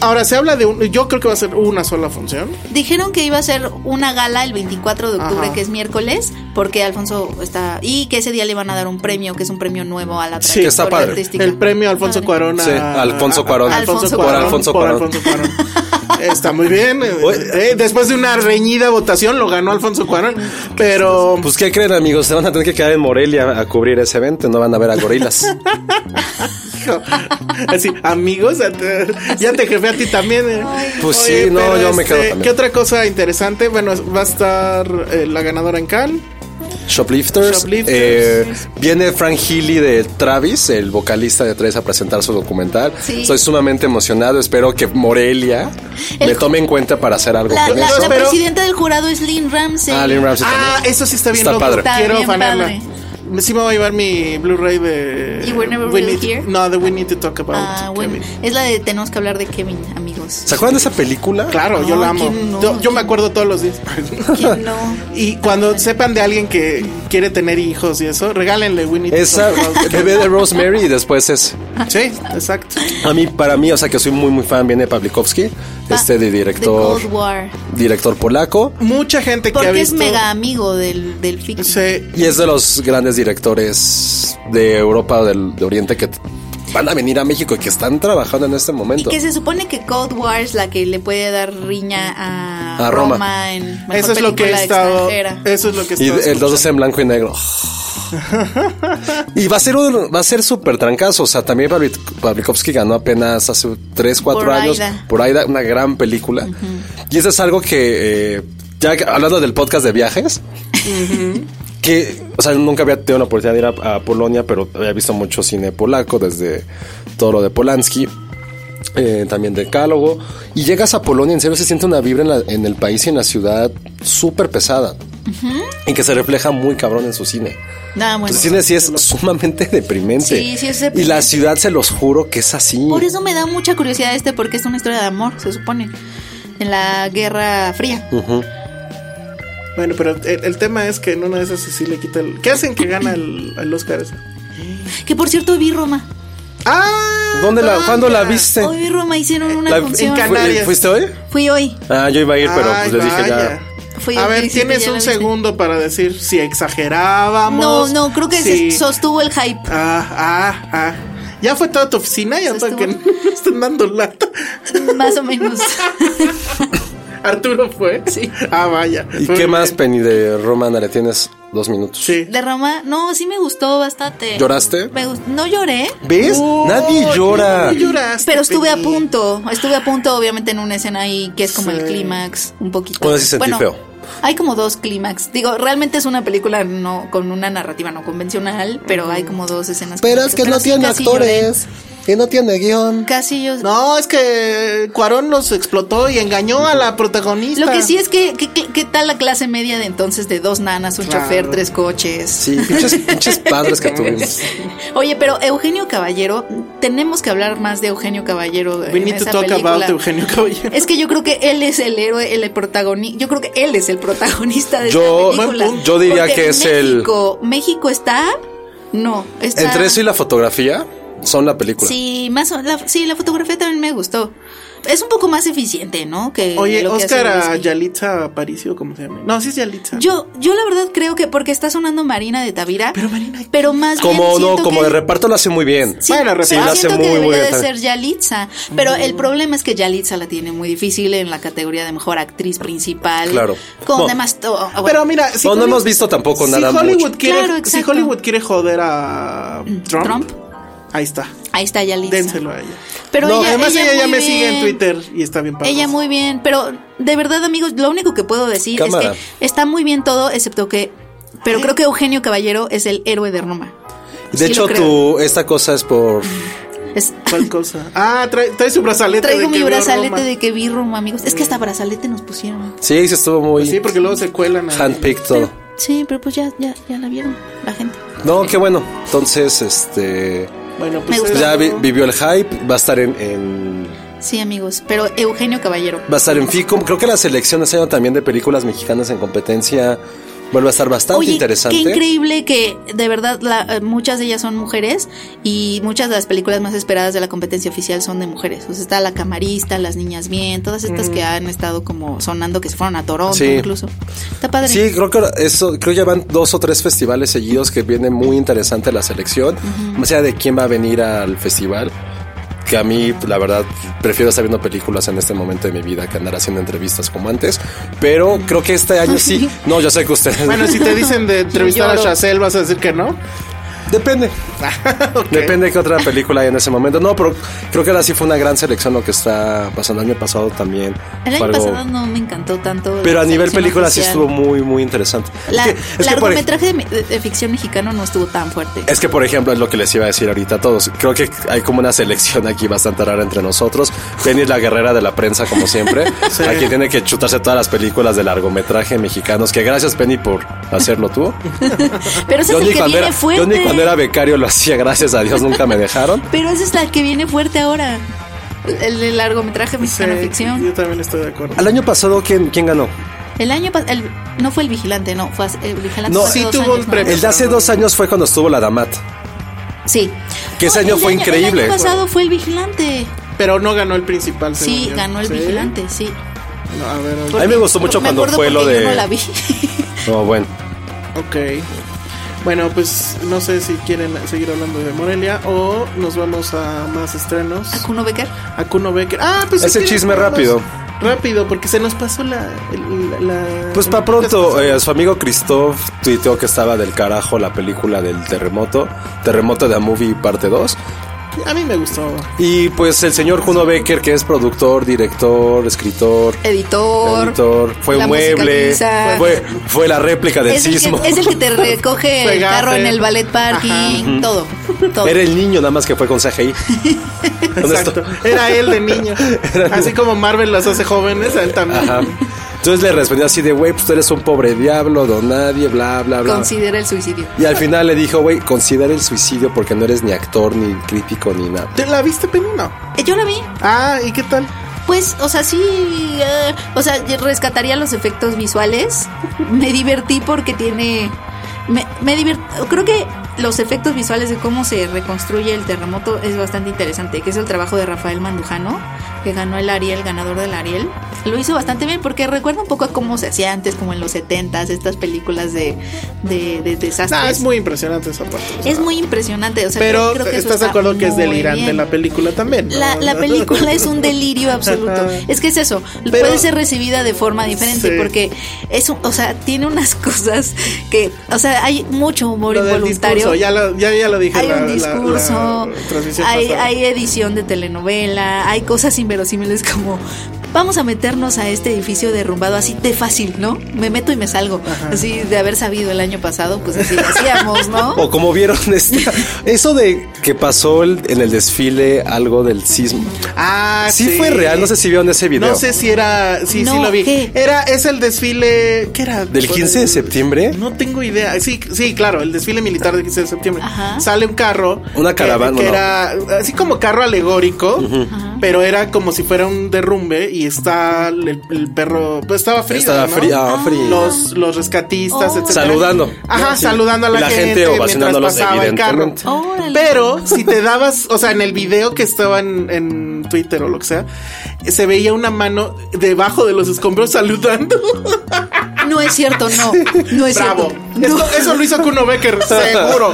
ahora se habla de un. Yo creo que va a ser una sola función.
Dijeron que iba a ser una gala el 24 de octubre,
Ajá.
que es miércoles, porque Alfonso está. Y que ese día le van a dar un premio, que es un premio nuevo a la
Sí,
trayectoria
está
padre.
artística.
El premio Alfonso
Padre.
Cuarón. a-
Sí, Alfonso Cuarón.
Alfonso
Por
Cuarón.
Alfonso
Por
Cuarón.
Alfonso (laughs)
Está muy bien. eh,
Oye.
eh, después de una reñida votación lo ganó Alfonso Cuarón. Pero
Pues, ¿qué creen, amigos? Se van a tener que quedar en Morelia a cubrir ese evento. No van a ver a
(laughs)
gorilas.
hijo, (laughs) así, amigos, ya te, ya te jefé a ti también. eh.
Pues sí, no,
pero, este,
yo me quedo también.
¿Qué otra cosa interesante? Bueno, va a estar eh, la ganadora en Cannes.
Shoplifters.
Shoplifters.
eh, viene Frank Healy de Travis, el vocalista de Travis, a presentar su documental.
Sí.
Estoy sumamente emocionado. Espero que Morelia
El-
me tome en cuenta para hacer algo
La,
con
la-
eso.
la
Pero-
presidenta del jurado es Lynn Ramsey.
Ah, Lynn Ramsey
Ah,
también.
eso sí está bien
Está
loco.
padre.
Está
Quiero
bien
fanarla.
padre.
Sí me voy a llevar mi Blu-ray de...
You Were Never
We
Really
Need-
Here?
No, de We Need to Talk About
Ah, bueno.
Kevin.
Es la de Tenemos que hablar de Kevin, amigos.
¿Se acuerdan de esa película?
Claro, yo
No,
la amo.
¿quién no?
yo, yo me acuerdo todos los días.
(laughs) ¿Quién no?
y cuando sepan de alguien que quiere tener hijos y eso, regálenle Winnie. the (laughs)
Esa,
Pooh.
(laughs) bebé de Rosemary y después es.
Sí, exacto.
A mí, para mí, o sea que soy muy, muy fan, viene Pawlikowski, (laughs) este de director,
The Cold War.
director polaco.
Mucha gente que ha
Porque es
visto.
mega amigo del, del Fiki.
Sí.
Y es de los grandes directores de Europa, del, de Oriente, que t- van a venir a México y que están trabajando en este
Y
momento.
que se supone que Cold War es la que le puede dar riña a,
A Roma.
en mejor
Eso es lo que
película
he estado. eh,
extranjera.
Eso es lo que he
Y
estado.
el 2 es en blanco y negro. y va a ser un- va a ser súper trancazo. O sea, también Pavlik- Pavlikovsky ganó apenas hace 3, 4
Por
años
Aida.
por Aida, una gran película. Y eso es algo que, eh, ya que- hablando del podcast de viajes, que, o sea, nunca había tenido la oportunidad de ir a, a Polonia, pero había visto mucho cine polaco, desde todo lo de Polanski. eh, también de Cálogo y llegas a Polonia en serio se siente una vibra en, la- en el país y en la ciudad súper pesada y que se refleja muy cabrón en su cine.
Nada, bueno.
Entonces, el cine sí es sumamente deprimente.
Sí, sí es
Y
deprimente.
la ciudad, se los juro que es así.
Por eso me da mucha curiosidad este, porque es una historia de amor, se supone. En la Guerra Fría.
Ujú.
Bueno, pero el, el tema es que en una de esas sí le quita el. ¿Qué hacen que gana el, el Oscar? ese?
Que por cierto, vi Roma.
¡Ah!
¿Dónde la, ¿Cuándo la viste?
Hoy vi Roma, hicieron una
La-
función.
en
¿Fu-
Canarias.
¿Fuiste hoy?
Fui hoy.
Ah, yo iba a ir, pero pues
Ay,
les dije
vaya.
ya.
Fui
a
hoy,
ver,
sí,
tienes
ya la
un
viste.
segundo para decir si exagerábamos.
No, no, creo que
si-
se sostuvo el hype.
Ah, ah, ah. Ya fue toda tu oficina y ahora que no (laughs) me están dando lata. (laughs)
Más o menos.
Arturo fue.
Sí.
Ah, vaya.
¿Y
Muy
qué más,
bien.
Penny, de Romana? Le tienes dos minutos.
Sí.
De Roma, no, sí me gustó bastante.
¿Lloraste?
Me gust- no lloré,
¿Ves? Nadie
Uy,
llora.
no lloraste,
pero estuve
Penny.
a punto. Estuve a punto, obviamente, en una escena ahí que es como
Sí.
el clímax, un poquito.
Bueno, sí sentí feo.
Hay como dos clímax. Digo, realmente es una película no con una narrativa no convencional, pero hay como dos escenas. clímax. sí, casi
Y no tiene guión.
lloré. Casi yo.
No, es que Cuarón los explotó y engañó a la protagonista.
Lo que sí es que, que- que- ¿qué tal la clase media de entonces de dos nanas, un
Claro.
chofer, tres coches?
Sí, pinches, pinches padres que
(laughs)
tuvimos.
Oye, pero Eugenio Caballero, tenemos que hablar más de Eugenio Caballero.
We
en
need to
esa
talk
película.
about Eugenio
(laughs)
Caballero.
Es que yo creo que él es el héroe, el protagonista. Yo creo que él es el protagonista de
Yo-
esta película.
buen punto. Yo diría que es el-
México, México está. No, está.
Entre eso y la fotografía son la película.
Sí, más o- la, sí, la fotografía también me gustó. Es un poco más eficiente, ¿no? Que
Oye,
lo que hace
Oscar a
Lebowski.
Yalitza Aparicio, ¿cómo se llama? No, sí es Yalitza.
Yo, yo la verdad creo que porque está sonando Marina de Tavira.
Pero Marina-
Pero más
Como
bien
no,
siento
como
que-
de reparto lo hace muy bien.
Sí,
Bueno,
pero
sí, la
hace
siento que
muy, muy
debería
bien
de
también.
ser Yalitza.
Mm.
Pero el problema es que Yalitza la tiene muy difícil en la categoría de mejor actriz principal.
Claro.
Con
No.
demás. to- ah, bueno.
Pero mira, si
No, no
Hollywood-
hemos visto tampoco
si
nada
Hollywood
mucho.
Quiere,
Claro,
si
exacto. Mm,
Hollywood quiere joder a Trump,
Trump.
ahí está.
Ahí está Yalitza.
Dénselo a ella.
Pero
No,
ella,
además ella, ya
muy
me sigue en
bien.
Twitter y está bien padre.
Ella muy bien, pero de verdad, amigos, lo único que puedo decir
Cámara.
es que está muy bien todo, excepto que. Pero creo que Eugenio Caballero es el héroe de Roma.
De
Sí lo
hecho,
creo.
tu, esta cosa es por.
Es-
¿Cuál cosa? Ah, trae, trae su brazalete.
traigo
de que
mi
vio
brazalete
Roma. Mm.
de que vi Roma, amigos. Es que hasta brazalete nos pusieron.
Pues Sí, se estuvo muy
Sí, porque luego se cuelan. ahí.
handpicked todo.
Sí, pero pues ya, ya, ya la vieron la gente.
No, qué bueno. Entonces, este.
Bueno,
Me
pues
gusta.
eso.
Ya vi- vivió el hype. Va a estar en, en-
Sí, amigos, pero Eugenio Caballero.
Va a estar en FICOM. Creo que la selección este año también de películas mexicanas en competencia. Vuelve a estar bastante
Oye,
interesante.
Qué increíble que de verdad la- eh, muchas de ellas son mujeres y muchas de las películas más esperadas de la competencia oficial son de mujeres. O sea, está La Camarista, Las Niñas Bien, todas estas que han estado como sonando que se fueron a Toronto
Mm. Sí.
incluso. Está padre.
Sí, creo que ahora eso, creo que ya van dos o tres festivales seguidos que viene muy interesante la selección, más allá de quién va a venir al festival. Que a mí, la verdad, prefiero estar viendo películas en este momento de mi vida que andar haciendo entrevistas como antes. Pero creo que este año
(laughs)
sí. No, yo sé que ustedes.
Bueno, si te dicen de entrevistar a
lloro.
Chazelle, vas a decir que no.
(laughs) depende.
Ok.
Depende de qué otra película hay en ese momento. No, pero creo que ahora sí fue una gran selección lo que está pasando. El año pasado también.
El año
fue algo-
pasado no me encantó tanto.
Pero a
la
nivel
selección
película sí
oficial.
estuvo muy, muy interesante. (laughs) Es
La,
que- es que, por ej-
largometraje de, de- de ficción mexicano no estuvo tan fuerte.
Es que, por ejemplo, es lo que les iba a decir ahorita a todos. Creo que hay como una selección aquí bastante rara entre nosotros. Penny es la guerrera de la prensa, como
(laughs)
siempre. Aquí tiene que chutarse todas las películas de largometraje mexicanos. Que gracias, Penny, por hacerlo tú.
Pero ese es el que
cuando
viene
era, yo
fuerte.
ni cuando era becario lo hacía, gracias a Dios, nunca me
(laughs)
dejaron.
Pero ese es el que viene fuerte ahora. El, el largometraje
Sí,
mexicano ficción.
Yo también estoy de acuerdo.
Al año pasado, ¿quién, quién ganó?
El año pas- el no fue el vigilante, no, fue hace- el vigilante.
No,
fue hace
sí
dos
tuvo
años,
un
¿no?
premio.
El de hace dos años fue cuando estuvo la Damat.
Sí.
Que ese año
el
fue increíble.
El año pasado fue el vigilante.
Pero no ganó el principal.
Sí,
según yo.
ganó el
¿Sí?
vigilante, sí.
No, a ver, a
mí me gustó mucho cuando
acuerdo
fue lo
porque yo
de-
no la vi. (laughs)
No, bueno.
ver. Ok. Bueno, pues no sé si quieren seguir hablando de Morelia o nos vamos a más estrenos.
¿A Kuno Becker?
A Kuno Becker. Ah, pues.
Ese
si quieren,
chisme
vámonos
rápido.
Rápido, porque se nos pasó la. el- la-
Pues
el
para
podcast
pronto,
pasado.
eh, su amigo Christoph tuiteó que estaba del carajo la película del terremoto, Terremoto de a Movie parte 2.
A mí me gustó.
Y pues el señor Kuno Becker, que es productor, director, escritor,
Editor.
editor, fue
la
un mueble,
musicaliza.
fue, fue la réplica del
Es el,
sismo.
que, es el que te recoge el
Fue
carro
Gaffer.
en el ballet parking, todo,
(laughs)
todo.
Era el niño nada más que fue con
(laughs)
CGI. ¿Dónde
Exacto.
está?
Era él
(laughs)
de niño. Así como Marvel los hace jóvenes, a él también.
Ajá. Entonces le respondió así de, güey, pues tú eres un pobre diablo, don nadie, bla, bla, bla.
Considera el suicidio.
y al final le dijo, güey, considera el suicidio porque no eres ni actor, ni crítico, ni nada.
¿Te la viste, Penny? No.
Eh, Yo la vi,
Ah, ¿y qué tal?
Pues, o sea, sí, eh, o sea, yo rescataría los efectos visuales. Me divertí porque tiene, me, me divert- creo que los efectos visuales de cómo se reconstruye el terremoto es bastante interesante, que es el trabajo de Rafael Mandujano, que ganó el Ariel, ganador del Ariel. Lo hizo bastante bien porque recuerda un poco a cómo se hacía antes, como en los 70s, estas películas de, de, de desastres.
Ah, es muy impresionante esa parte. o sea.
Es muy impresionante, o sea,
Pero
creo que eso
estás de
está
acuerdo que es
muy
delirante
bien.
la película también. ¿no?
La,
(laughs)
la película es un delirio absoluto.
Ajá.
Es que es eso.
Pero-
puede ser recibida de forma diferente
Sí.
porque es un- o sea, tiene unas (laughs) cosas que, o sea, hay mucho humor
Lo del
involuntario.
discurso, ya lo, ya, ya lo dije.
hay
la-
un
la-
discurso,
la transmisión
hay,
pasada.
hay edición de telenovela, hay cosas inverosímiles como vamos a meternos a este edificio derrumbado así de fácil, ¿no? Me meto y me salgo. Así de haber sabido el año pasado, pues así
(laughs)
hacíamos, ¿no?
O como vieron (laughs) este, eso de que pasó el- en el desfile algo del sismo.
Ah,
sí, fue real, no sé si vieron ese video.
No sé si era. Sí, sí
No,
lo vi.
¿qué?
Era, es el desfile. ¿Qué era?
Del 15 de septiembre,
No tengo idea. Sí, sí, claro, el desfile militar del 15 de septiembre.
Ajá.
Sale un carro.
Una
que-
caravana,
Que,
¿no?
era así como carro alegórico, pero era como si fuera un derrumbe y está el, el perro. Pues estaba frío.
estaba
¿no?
fría, fría.
Los, los rescatistas,
Oh.
etcétera.
Saludando.
Ajá,
No, sí.
saludando a la,
Y la gente
mientras
ovacionándolos,
pasaba el carro.
evidentemente.
Órale.
Pero
(laughs)
si te dabas, o sea, en el video que estaba en, en Twitter o lo que sea, se veía una mano debajo de los escombros saludando.
No es cierto, no. No es
Bravo.
cierto.
Esto-
No.
eso lo hizo Kuno
(laughs)
Becker, seguro.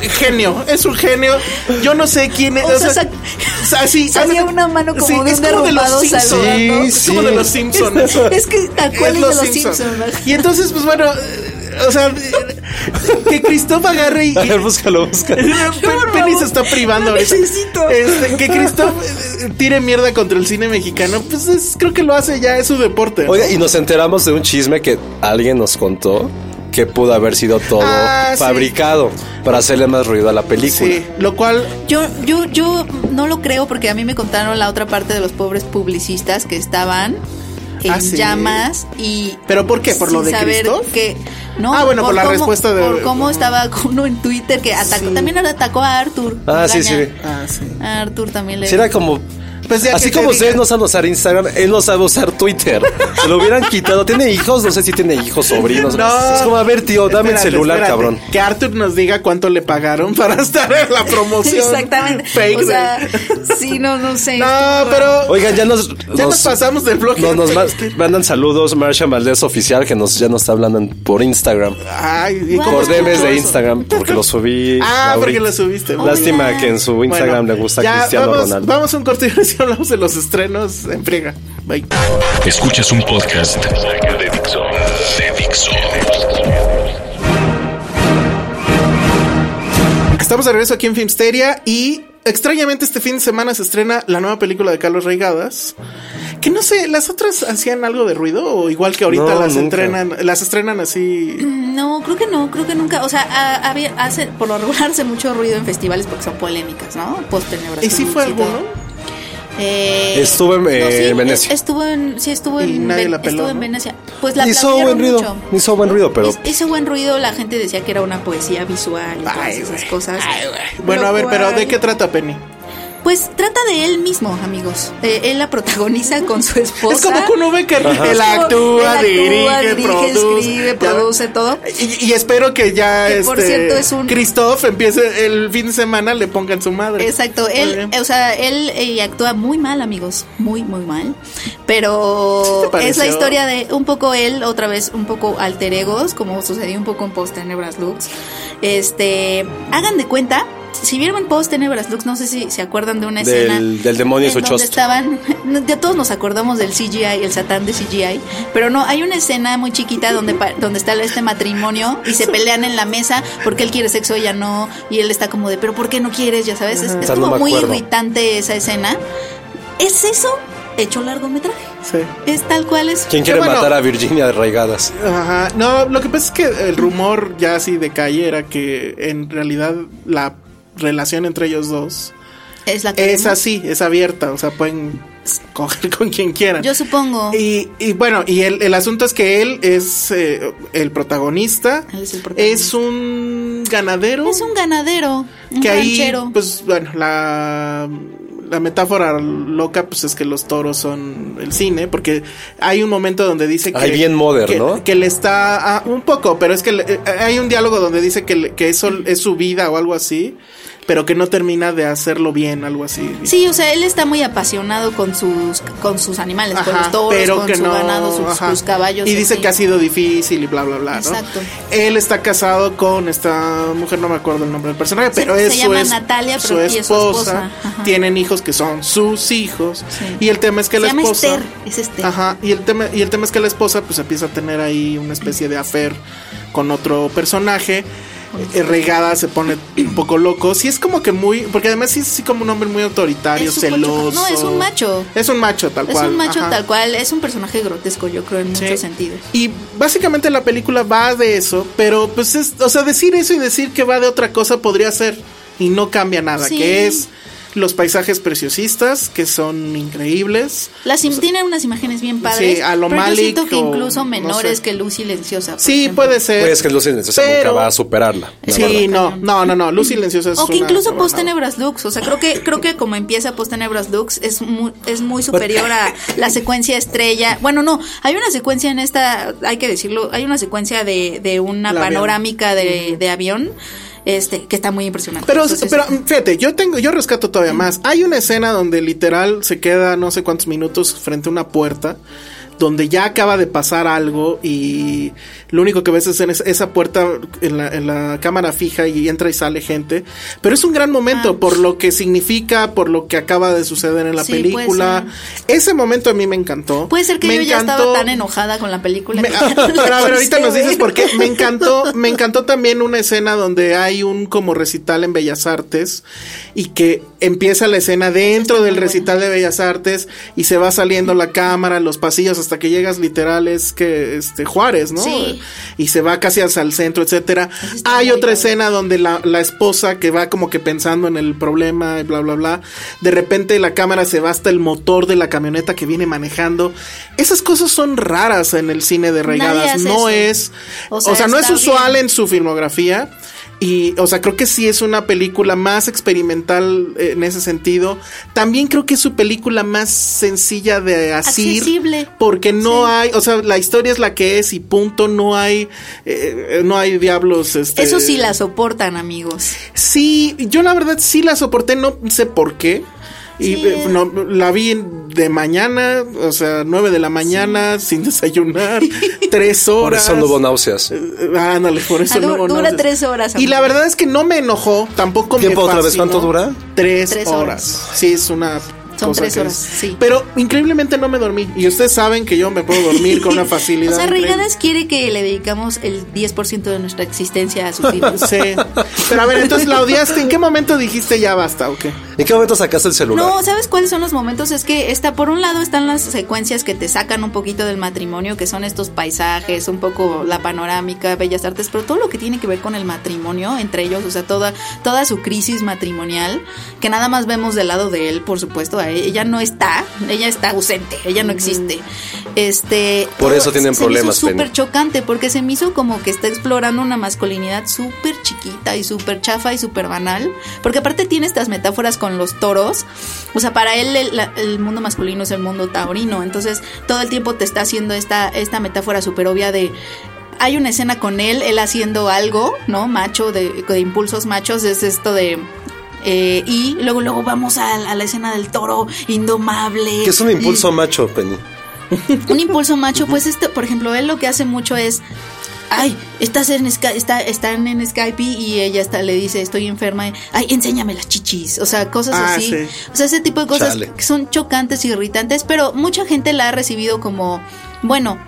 Genio, es un genio. Yo no sé quién es.
O sea, sac-
sí,
salía
hace-
una mano como de
es
un
como de los
derrumbado
Simpson.
saludando.
Es como
Sí,
de
sí.
los Simpsons.
Es que tal cual es, de los Simpsons.
Y entonces, pues bueno, eh, o sea, eh, que Cristóbal
(laughs)
agarre
(laughs)
y.
A ver, búscalo, búscalo.
Pen- Penny se está privando
Lo
ahorita.
necesito.
Este, que Cristóbal tire mierda contra el cine mexicano, pues es- creo que lo hace ya, es su deporte. ¿no?
Oiga, y nos enteramos de un chisme que alguien nos contó que pudo haber sido todo
Ah, sí.
fabricado para hacerle más ruido a la película.
sí, lo cual
Yo, yo, yo no lo creo porque a mí me contaron la otra parte de los pobres publicistas que estaban en
Ah, sí.
llamas y.
¿Pero por qué? ¿Por lo
sin
de
saber
Christoph?
que no.
Ah, bueno, por la
cómo-
respuesta de-
Por cómo estaba uno en Twitter que atacó, también atacó a Arthur.
Ah, sí,
Magaña.
sí.
Ah, sí.
A Arthur también le.
Sí, era como
Pues ya
Así
que te
como ustedes
digan.
no saben usar Instagram, él no sabe usar Twitter. Se lo hubieran quitado. ¿Tiene hijos? No sé si tiene hijos, sobrinos.
No.
Es como, a ver, tío, dame
Espérate,
el celular,
espérate.
cabrón.
Que Arthur nos diga cuánto le pagaron (laughs) para estar en la promoción. (laughs)
(laughs) Exactamente.
Fake
o
de-
sea, este, sí, no, no
(laughs)
sé.
no, pero.
Oigan, ya nos.
Ya nos pasamos del blog.
No,
(laughs)
nos ma- mandan saludos. Marcia Valdés oficial, que nos, ya nos está hablando en- por Instagram.
Ay, ¿y
Wow.
cómo-
Por
Guau.
DMs de Instagram, porque lo subí.
Ah, porque
ahorita.
lo subiste.
Lástima
Hola.
que en su Instagram
Bueno,
le gusta
ya,
Cristiano
vamos,
Ronaldo.
Vamos a un corte y (laughs) si hablamos de los estrenos en friega. Bye.
Escuchas un podcast de Dixo. De Dixo.
Estamos de regreso aquí en Filmsteria y extrañamente este fin de semana se estrena la nueva película de Carlos Reigadas. Que no sé, ¿las otras hacían algo de ruido o igual que ahorita
No,
las,
nunca.
entrenan, las estrenan así?
No, creo que no, creo que nunca. O sea, a- había- hace, por lo regular hace mucho ruido en festivales porque son polémicas, ¿no? Post tenebras.
¿Y si fue
Cruz y todo.
alguno?
Eh,
Estuvo en, eh,
sí,
en Venecia.
es- Estuvo en, sí, estuvo
Y
en,
nadie
Ven-
la peló,
estuvo en
¿no?
Venecia. Pues la
Hizo
plagiaron
buen ruido,
mucho.
hizo buen ruido, pero-
Es- hizo buen ruido, la gente decía que era una poesía visual y todas
Ay,
esas
güey.
cosas.
Bueno,
Lo
a ver, pero
cual-
¿de qué trata Penny?
Pues trata de él mismo, amigos. Eh, él la protagoniza con su esposa.
(laughs) Es como Kuno Becker. Él
Él
actúa, dirige, produce.
escribe,
ya.
produce todo.
Y, y espero que ya
Que,
este,
por cierto, es un-
Christoph empiece el fin de semana, le pongan su madre.
Exacto,
Muy
él,
bien.
o sea, él eh, actúa muy mal, amigos, muy, muy mal. Pero
¿Sí te
es la
pareció?
historia de un poco él, otra vez un poco alter egos, como sucedió un poco en Post Tenebras Lux. Este, hagan de cuenta, si vieron Post Tenebras Lux, no sé si se acuerdan de una
Del-
escena.
del demonio y
en
su
donde
chosto.
estaban, (laughs) ya todos nos acordamos del CGI, el satán de CGI, pero no, hay una escena muy chiquita donde, pa- donde está este matrimonio y se pelean en la mesa porque él quiere sexo, ella no, y él está como de, pero ¿por qué no quieres? Ya sabes, es, es
Esa no
como
me
muy
acuerdo.
irritante esa escena. ¿Es eso hecho largometraje?
Sí.
Es tal cual es.
¿Quién quiere
Pero bueno.
matar a Virginia de Reigadas?
Ajá. No, lo que pasa es que el rumor ya así de calle era que en realidad la relación entre ellos dos
Es la que
es
vemos.
así, es abierta, o sea, pueden coger (laughs) con quien quieran.
Yo supongo.
Y, y bueno, y el, el asunto es que él es eh, el protagonista.
Él es el protagonista.
Es un ganadero.
Es un ganadero, un
que
ranchero.
ahí, pues bueno, la, la metáfora loca, pues es que los toros son el cine, porque hay un momento donde dice que.
Ay, bien modern,
que-
¿no?
Que le está. ah, un poco, pero es que le- eh, hay un diálogo donde dice que, le- que eso es su vida o algo así, pero que no termina de hacerlo bien, algo así.
Sí, o sea, él está muy apasionado con sus con sus animales, con
Ajá,
los toros, con su ganado, sus,
ajá.
sus caballos.
Y
en
dice
fin.
que ha sido difícil y bla, bla, bla. ¿no?
Exacto.
Él está casado con esta mujer, no me acuerdo el nombre del personaje,
Se-
pero
se
es su,
llama
es-
Natalia,
su
pero- y es su
esposa.
esposa, ajá.
Tienen hijos que son sus hijos.
Sí.
Y el tema es que
Se
la
llama
esposa.
Esther, es Esther.
Ajá. Y el, tema, y el tema es que la esposa, pues empieza a tener ahí una especie de afer con otro personaje. Eh, Regada se pone un poco loco. Sí, es como que muy. Porque además sí es así como un hombre muy autoritario,
Es súper
celoso.
chocante. No, es un macho.
Es un macho, tal
es
cual.
un macho
ajá.
tal cual, es un personaje grotesco, yo creo, en
Sí.
muchos sentidos.
Y básicamente la película va de eso, pero pues es, o sea, decir eso y decir que va de otra cosa podría ser y no cambia nada,
Sí.
que es los paisajes preciosistas que son increíbles.
Las im- tienen unas imágenes bien padres.
sí, a lo
pero yo
Malik
siento que
o
incluso
no
menores
sé.
que Luz Silenciosa. por
Sí,
ejemplo.
puede ser.
Pues que Lucy Necesaria
pero-
nunca va a superarla. la verdad.
Sí, no, no, no, no, Luz Silenciosa es
O que
una
incluso
mamada.
Post Tenebras Lux, o sea, creo que creo que como empieza Post Tenebras Lux es muy, es muy superior a la secuencia estrella. Bueno, no, hay una secuencia en esta, hay que decirlo, hay una secuencia de, de una
El avión.
panorámica de, de avión, este, que está muy impresionante.
Pero,
Entonces,
pero fíjate, yo tengo, yo rescato todavía más. Hay una escena donde literal se queda no sé cuántos minutos frente a una puerta, donde ya acaba de pasar algo y lo único que ves es en es- esa puerta en la, en la cámara fija y entra y sale gente. Pero es un gran momento
Ah.
por lo que significa, por lo que acaba de suceder en la
Sí,
película. Ese momento a mí me encantó.
puede ser que
Me
yo ya estaba
encantó-
tan enojada con (laughs) la película. Este,
me-
que
ah,
ya no
(laughs) pero a ver,
quise
ahorita nos dices
ver.
por qué. Me
(laughs)
encantó, me encantó también una escena donde hay un como recital en Bellas Artes y que empieza la escena dentro
Está
del
muy buena.
recital de Bellas Artes y se va saliendo la cámara, los pasillos hasta que llegas literal es que este Juárez, ¿no?
Sí.
Y se va casi hacia el centro, etcétera.
Eso está
Hay
muy
otra
padre.
escena donde la, la esposa que va como que pensando en el problema y bla bla bla. De repente la cámara se va hasta el motor de la camioneta que viene manejando. Esas cosas son raras en el cine de
Nadie
regadas.
hace
No
eso.
es. O
O
sea,
sea,
no es
está
usual
bien.
en su filmografía. Y, o sea, creo que sí es una película más experimental eh, en ese sentido. También creo que es su película más sencilla de asir.
Accesible.
Porque no
Sí.
hay, o sea, la historia es la que es y punto. No hay, eh, no hay diablos. Este,
Eso sí la soportan, amigos.
Sí, yo la verdad sí la soporté, no sé por qué. Y
Sí.
eh, no, la vi de mañana, o sea, 9 de la mañana, sin
(laughs)
desayunar, tres
Por
horas.
eso no hubo náuseas.
Eh, Ándale, por eso
Ah, du-
no hubo
dura
náuseas.
tres horas,
Y la
amigo.
verdad es que no me enojó, tampoco
¿Tiempo
me
otra vez?
fascinó.
¿Cuánto dura?
Tres,
Tres
horas.
horas.
Sí, es una.
Son
cosa
tres
que
horas,
es-
sí.
Pero increíblemente no me dormí. Y ustedes saben que yo me puedo dormir con una
(laughs)
facilidad.
O sea,
increíble.
Reigadas quiere que le dedicamos el 10% de nuestra existencia a sus filmes.
Sí. Pero a ver, entonces la odiaste. ¿En qué momento dijiste ya basta o qué?
¿En qué momento sacaste el celular?
No, ¿sabes cuáles son los momentos? Es que está, por un lado están las secuencias que te sacan un poquito del matrimonio, que son estos paisajes, un poco la panorámica, bellas artes, pero todo lo que tiene que ver con el matrimonio entre ellos, o sea, toda, toda su crisis matrimonial, que nada más vemos del lado de él, por supuesto, a ella no está, ella está ausente, ella no existe. Este,
Por eso tienen
se me hizo
problemas, Penny.
súper chocante porque se me hizo como que está explorando una masculinidad súper chiquita y súper chafa y súper banal. Porque aparte tiene estas metáforas con los toros. O sea, para él el, la- el mundo masculino es el mundo taurino. Entonces todo el tiempo te está haciendo esta, esta metáfora súper obvia de... Hay una escena con él, él haciendo algo, ¿no? Macho, de, de impulsos machos, es esto de... eh, y luego, luego vamos a, a la escena del toro indomable.
Que es un
Y-
impulso macho, Penny.
(laughs) un impulso macho, pues este, por ejemplo, él lo que hace mucho es, ay, estás en Sky- está, están en Skype y ella está, le dice, estoy enferma, ay, enséñame las chichis, o sea, cosas
Ah,
así.
sí.
O sea, ese tipo de cosas
Chale.
que son chocantes e irritantes, pero mucha gente la ha recibido como, bueno,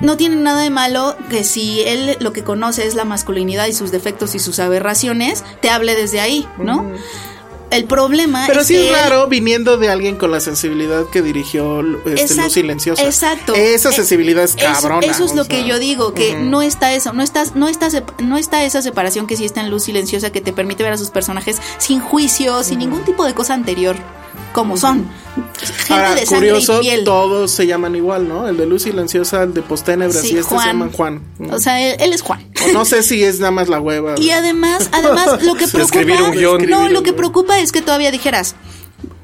no tiene nada de malo que si él lo que conoce es la masculinidad y sus defectos y sus aberraciones, te hable desde ahí, ¿no? El problema
Pero
Ah, es
sí
que
es
él-
raro viniendo de alguien con la sensibilidad que dirigió este,
Exact-
Luz Silenciosa.
Exacto.
Esa
Eh,
sensibilidad es
eso-
cabrona.
Eso, es
o
lo
sea.
que yo digo, que no está eso, no está, no está, sep- no está esa separación que sí está en luz silenciosa que te permite ver a sus personajes sin juicio, sin ningún tipo de cosa anterior, como son. Gente
Ahora,
de sangre
curioso,
y piel.
todos se llaman igual, ¿no? El de Luz Silenciosa, el de Posténebras
Sí,
y este se
Juan.
llaman Juan.
O sea, él, él es Juan.
No sé si es nada más la hueva.
(laughs) Y además, además,
(laughs)
lo que preocupa.
Escribir un guión.
No, lo que preocupa es que todavía dijeras.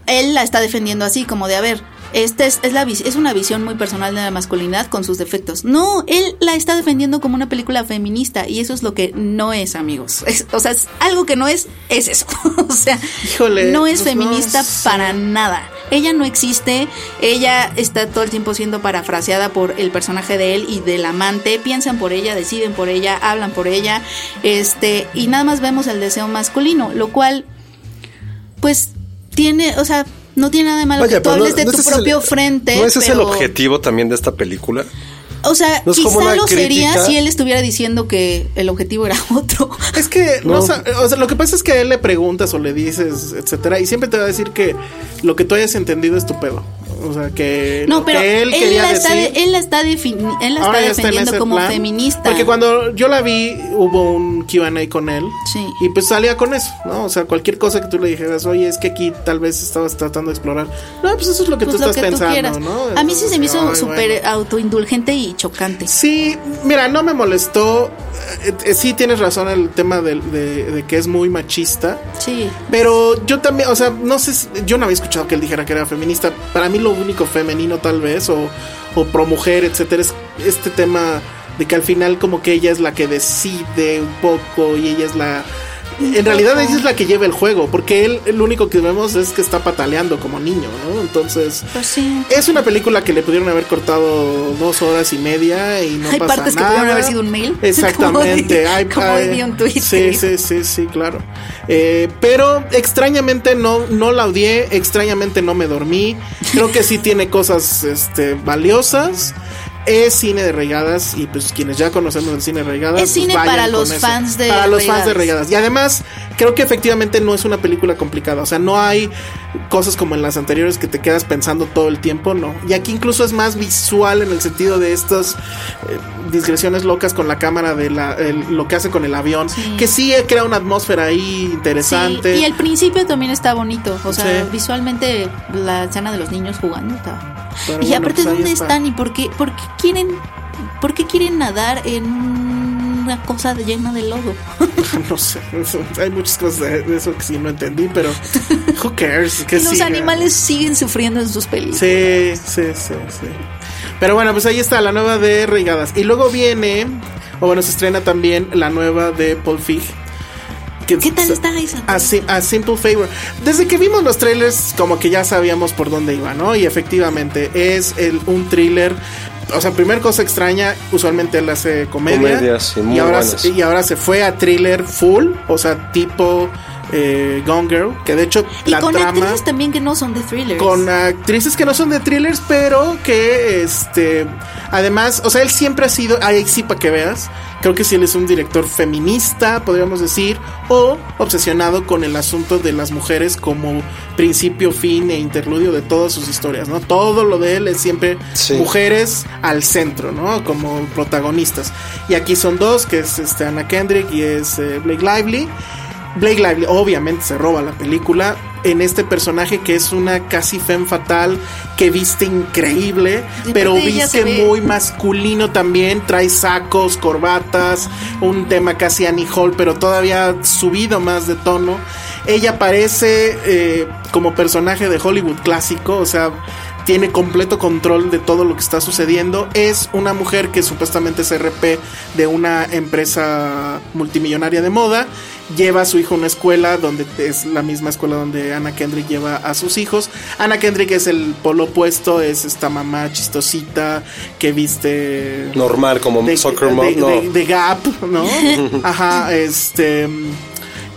Él la está defendiendo así, como de a ver. Esta es, es la, vis- es una visión muy personal de la masculinidad con sus defectos. No, él la está defendiendo como una película feminista y eso es lo que no es, amigos. Es- o sea, es algo que no es, es eso. (laughs) o sea,
Híjole,
no es
pues no
feminista
sé.
para nada. Ella no existe, ella está todo el tiempo siendo parafraseada por el personaje de él y del amante, piensan por ella, deciden por ella, hablan por ella, este, y nada más vemos el deseo masculino, lo cual, pues, tiene, o sea, no tiene nada de malo que tú
pero no-
hables de
no
tu
ese es el-
propio frente.
¿No ese es el
pero-
objetivo también de esta película?
O sea,
no es como
quizá
una
lo sería
crítica?
si él estuviera diciendo que el objetivo era (laughs) otro.
Es que, no
No.
sa- o sea, lo que pasa es que a él le preguntas o le dices, etcétera, y siempre te va a decir que lo que tú hayas entendido es tu pedo. O sea, que lo
No, pero
que él,
él,
quería
la está,
decir.
de- él la está, defini- él la está
ahora ya está en
defendiendo
ese
como
plan.
feminista.
Porque cuando yo la vi, hubo un QA con él.
Sí.
Y pues salía con eso, ¿no? O sea, cualquier cosa que tú le dijeras, oye, es que aquí tal vez estabas tratando de explorar. No, pues eso es lo que
Pues
tú
lo
estás
que tú
pensando,
quieras.
¿no?
A mí sí se me
Ay,
hizo
bueno.
súper autoindulgente y chocante.
Sí, mira, no me molestó. Eh, eh, Sí, tienes razón el tema del- de- de que es muy machista.
Sí.
Pero yo también, o sea, no sé, si- yo no había escuchado que él dijera que era feminista. Para mí lo único femenino tal vez, o, o pro mujer, etcétera, es este tema de que al final como que ella es la que decide un poco y ella es la... En realidad ella es la que lleva el juego, porque él el único que vemos es que está pataleando como niño, ¿no? Entonces...
Pues sí.
Es una película que le pudieron haber cortado dos horas y media y no
Hay
pasa
partes que
nada.
pudieron haber sido un mail. (laughs)
Exactamente.
Como di-
Hay-
como
hay-
di un tweet.
Sí, sí, sí, sí, claro. Eh, pero extrañamente no, no la odié, extrañamente no me dormí. Creo que sí tiene cosas este, valiosas. Es cine de regadas y pues quienes ya conocemos el cine de regadas.
Es
pues,
cine
vayan
para
con
los fans de
Para los fans de
regadas.
regadas. Y además creo que efectivamente no es una película complicada. O sea, no hay cosas como en las anteriores que te quedas pensando todo el tiempo, no. Y aquí incluso es más visual en el sentido de estas eh, digresiones locas con la cámara de la, el- lo que hace con el avión,
Sí.
que sí eh, crea una atmósfera ahí interesante.
Sí, Y el principio también está bonito. O sea,
Sí.
visualmente la escena de los niños jugando está.
Pero
y
bueno,
aparte,
pues ahí
¿dónde
está.
están y por qué, por qué quieren, por qué quieren nadar en un una cosa llena de lodo.
(laughs) No sé, eso- hay muchas cosas de, de eso que sí no entendí,
(laughs)
pero who cares, que
y los
siga.
animales siguen sufriendo en sus películas.
Sí, sí, sí, sí. Pero bueno, pues ahí está la nueva de Reigadas. Y luego viene, o bueno, se estrena también la nueva de Paul Feig. Que-
¿Qué tal está esa?
A, Sim- a Simple Favor. Desde que vimos los trailers, como que ya sabíamos por dónde iba, ¿no? Y efectivamente, es el, un thriller. O sea, primer cosa extraña, usualmente él hace comedia.
Comedias, sí, muy
y, ahora,
buenas.
se- y ahora se fue a thriller full, o sea, tipo eh, Gone Girl, que de hecho
Y
la
con
trama
actrices también que no son de thrillers.
con actrices que no son de thrillers, pero que este además, o sea, él siempre ha sido, ahí sí para que veas, creo que sí él es un director feminista, podríamos decir, o obsesionado con el asunto de las mujeres como principio, fin e interludio de todas sus historias, ¿no? Todo lo de él es siempre
Sí.
mujeres al centro, ¿no? Como protagonistas. Y aquí son dos, que es este Anna Kendrick y es eh, Blake Lively. Blake Lively obviamente se roba la película en este personaje que es una casi femme fatal que viste increíble,
Y
pero
aparte ella
viste
se ve-
muy masculino también, trae sacos, corbatas, un tema casi Annie Hall, pero todavía subido más de tono. Ella parece eh, como personaje de Hollywood clásico, o sea, tiene completo control de todo lo que está sucediendo. Es una mujer que supuestamente es RP de una empresa multimillonaria de moda. Lleva a su hijo a una escuela donde es la misma escuela donde Anna Kendrick lleva a sus hijos. Anna Kendrick es el polo opuesto, es esta mamá chistosita que viste
Normal, como
de,
Soccer
de-
Mom. no.
de- de Gap,
(laughs)
¿no? Ajá, este mm,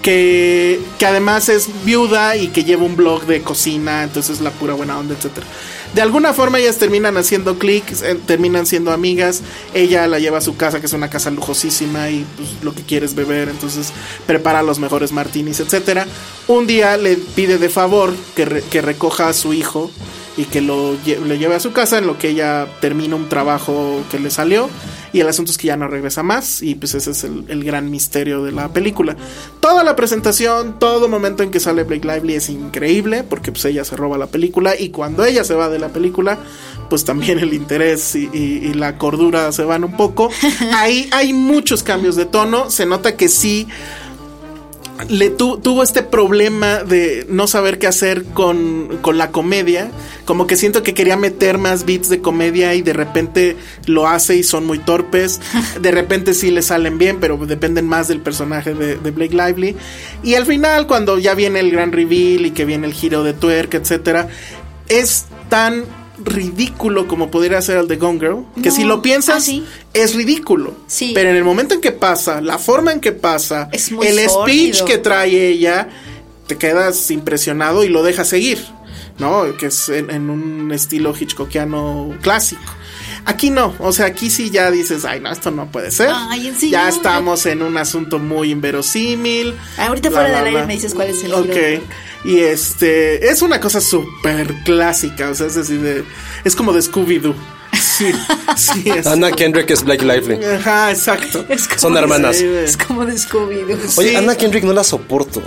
que, que además es viuda y que lleva un blog de cocina, entonces la pura buena onda, etcétera. De alguna forma ellas terminan haciendo clics, eh, terminan siendo amigas. Ella la lleva a su casa, que es una casa lujosísima y pues, lo que quiere es beber, entonces prepara los mejores martinis, etcétera. Un día le pide de favor que, re- que recoja a su hijo y que lo, lle- lo lleve a su casa en lo que ella termina un trabajo que le salió y el asunto es que ya no regresa más y pues ese es el, el gran misterio de la película. Toda la presentación, todo momento en que sale Blake Lively es increíble porque pues ella se roba la película y cuando ella se va de la película pues también el interés y, y- y la cordura se van un poco. Ahí hay muchos cambios de tono, se nota que sí le tu- tuvo este problema de no saber qué hacer con, con la comedia. Como que siento que quería meter más beats de comedia y de repente lo hace y son muy
(laughs)
torpes. De repente sí le salen bien, pero dependen más del personaje de, de Blake Lively. Y al final, cuando ya viene el gran reveal y que viene el giro de tuerca, etcétera, es tan ridículo como pudiera ser el de Gone Girl. Que
No.
si lo piensas,
Ah, sí.
es ridículo.
Sí.
Pero en el momento en que pasa, la forma en que pasa,
Es muy
el speech
sórdido.
que trae ella, te quedas impresionado y lo dejas seguir, ¿no? Que es en, en un estilo hitchcockiano clásico. Aquí no, o sea, aquí sí ya dices, ay, no, esto no puede ser.
Ay, en serio.
ya estamos en un asunto muy inverosímil.
Ahorita
La,
fuera
la,
del aire
la.
me dices cuál es el giro
Ok.
de-
Y este es una cosa súper clásica, o sea, es decir, de- es como de Scooby-Doo.
(laughs)
Sí, sí, es.
Anna Kendrick es Blake Lively.
Ajá, exacto.
(laughs) Es como
Son
de-
hermanas.
Es como de Scooby-Doo.
Oye,
Pues Sí.
Anna Kendrick no la soporto.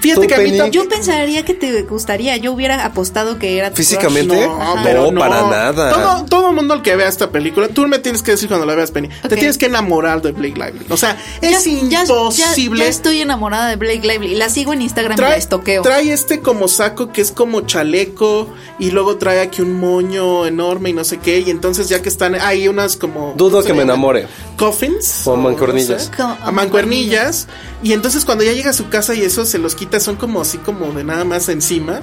Fíjate
Tú,
que a mí
Penny.
tampoco-
Yo pensaría que te gustaría. Yo hubiera apostado que era tu crush.
Físicamente,
No,
Ajá.
Ah, pero
no, para nada.
Todo, todo mundo el que vea esta película, tú me tienes que decir cuando la veas, Penny. Te
Ok.
tienes que enamorar de Blake Lively. O sea,
Ya-
es
ya-
imposible.
Ya, ya estoy enamorada de Blake Lively. La sigo en Instagram y la estoqueo.
trae este como saco que es como chaleco y luego trae aquí un moño enorme y no sé qué. Y entonces ya que están hay unas como...
Dudo
¿cómo se
que me
llaman?
enamore.
Coffins.
O mancuernillas.
no sé,
Co-
a mancuernillas. Y entonces cuando ya llega a su casa y eso se los quita, son como así como de nada más encima.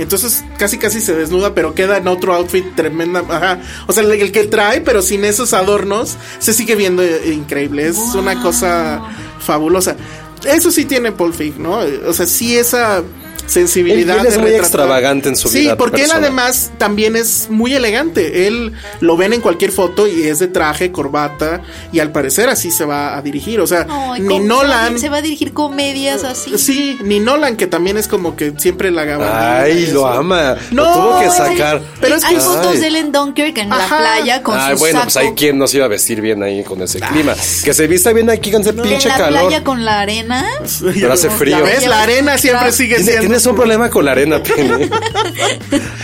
Entonces casi casi se desnuda, pero queda en otro outfit tremenda. Ajá. O sea, el, el que trae, pero sin esos adornos, se sigue viendo eh, increíble. Es una cosa fabulosa. Eso sí tiene Paul Feig, ¿no? Eh, O sea, sí esa sensibilidad.
Él- él es
de
muy
retratar-
extravagante en su
sí,
vida
porque él
personal.
además además, también es muy elegante. Él lo ven en cualquier foto y es de traje, corbata y al parecer así se va a dirigir. O sea,
Ay,
ni
¿cómo
Nolan.
Se va a dirigir comedias así.
Sí, ni Nolan, que también es como que siempre la gaba.
Ay, lo
(laughs)
ama.
No,
lo tuvo que
es-
sacar.
pero es
Hay
que-
fotos
Ay.
de él en Dunkirk en
Ajá.
la playa con
Ay,
su
bueno,
saco.
pues hay quien no se iba a vestir bien ahí con ese clima. Que se vista bien aquí con ese
en
pinche
la
calor.
playa con la arena.
Pero hace frío.
¿Ves? La arena siempre sigue
Tiene-
siendo.
Tienes un problema con la arena, (laughs) Penny.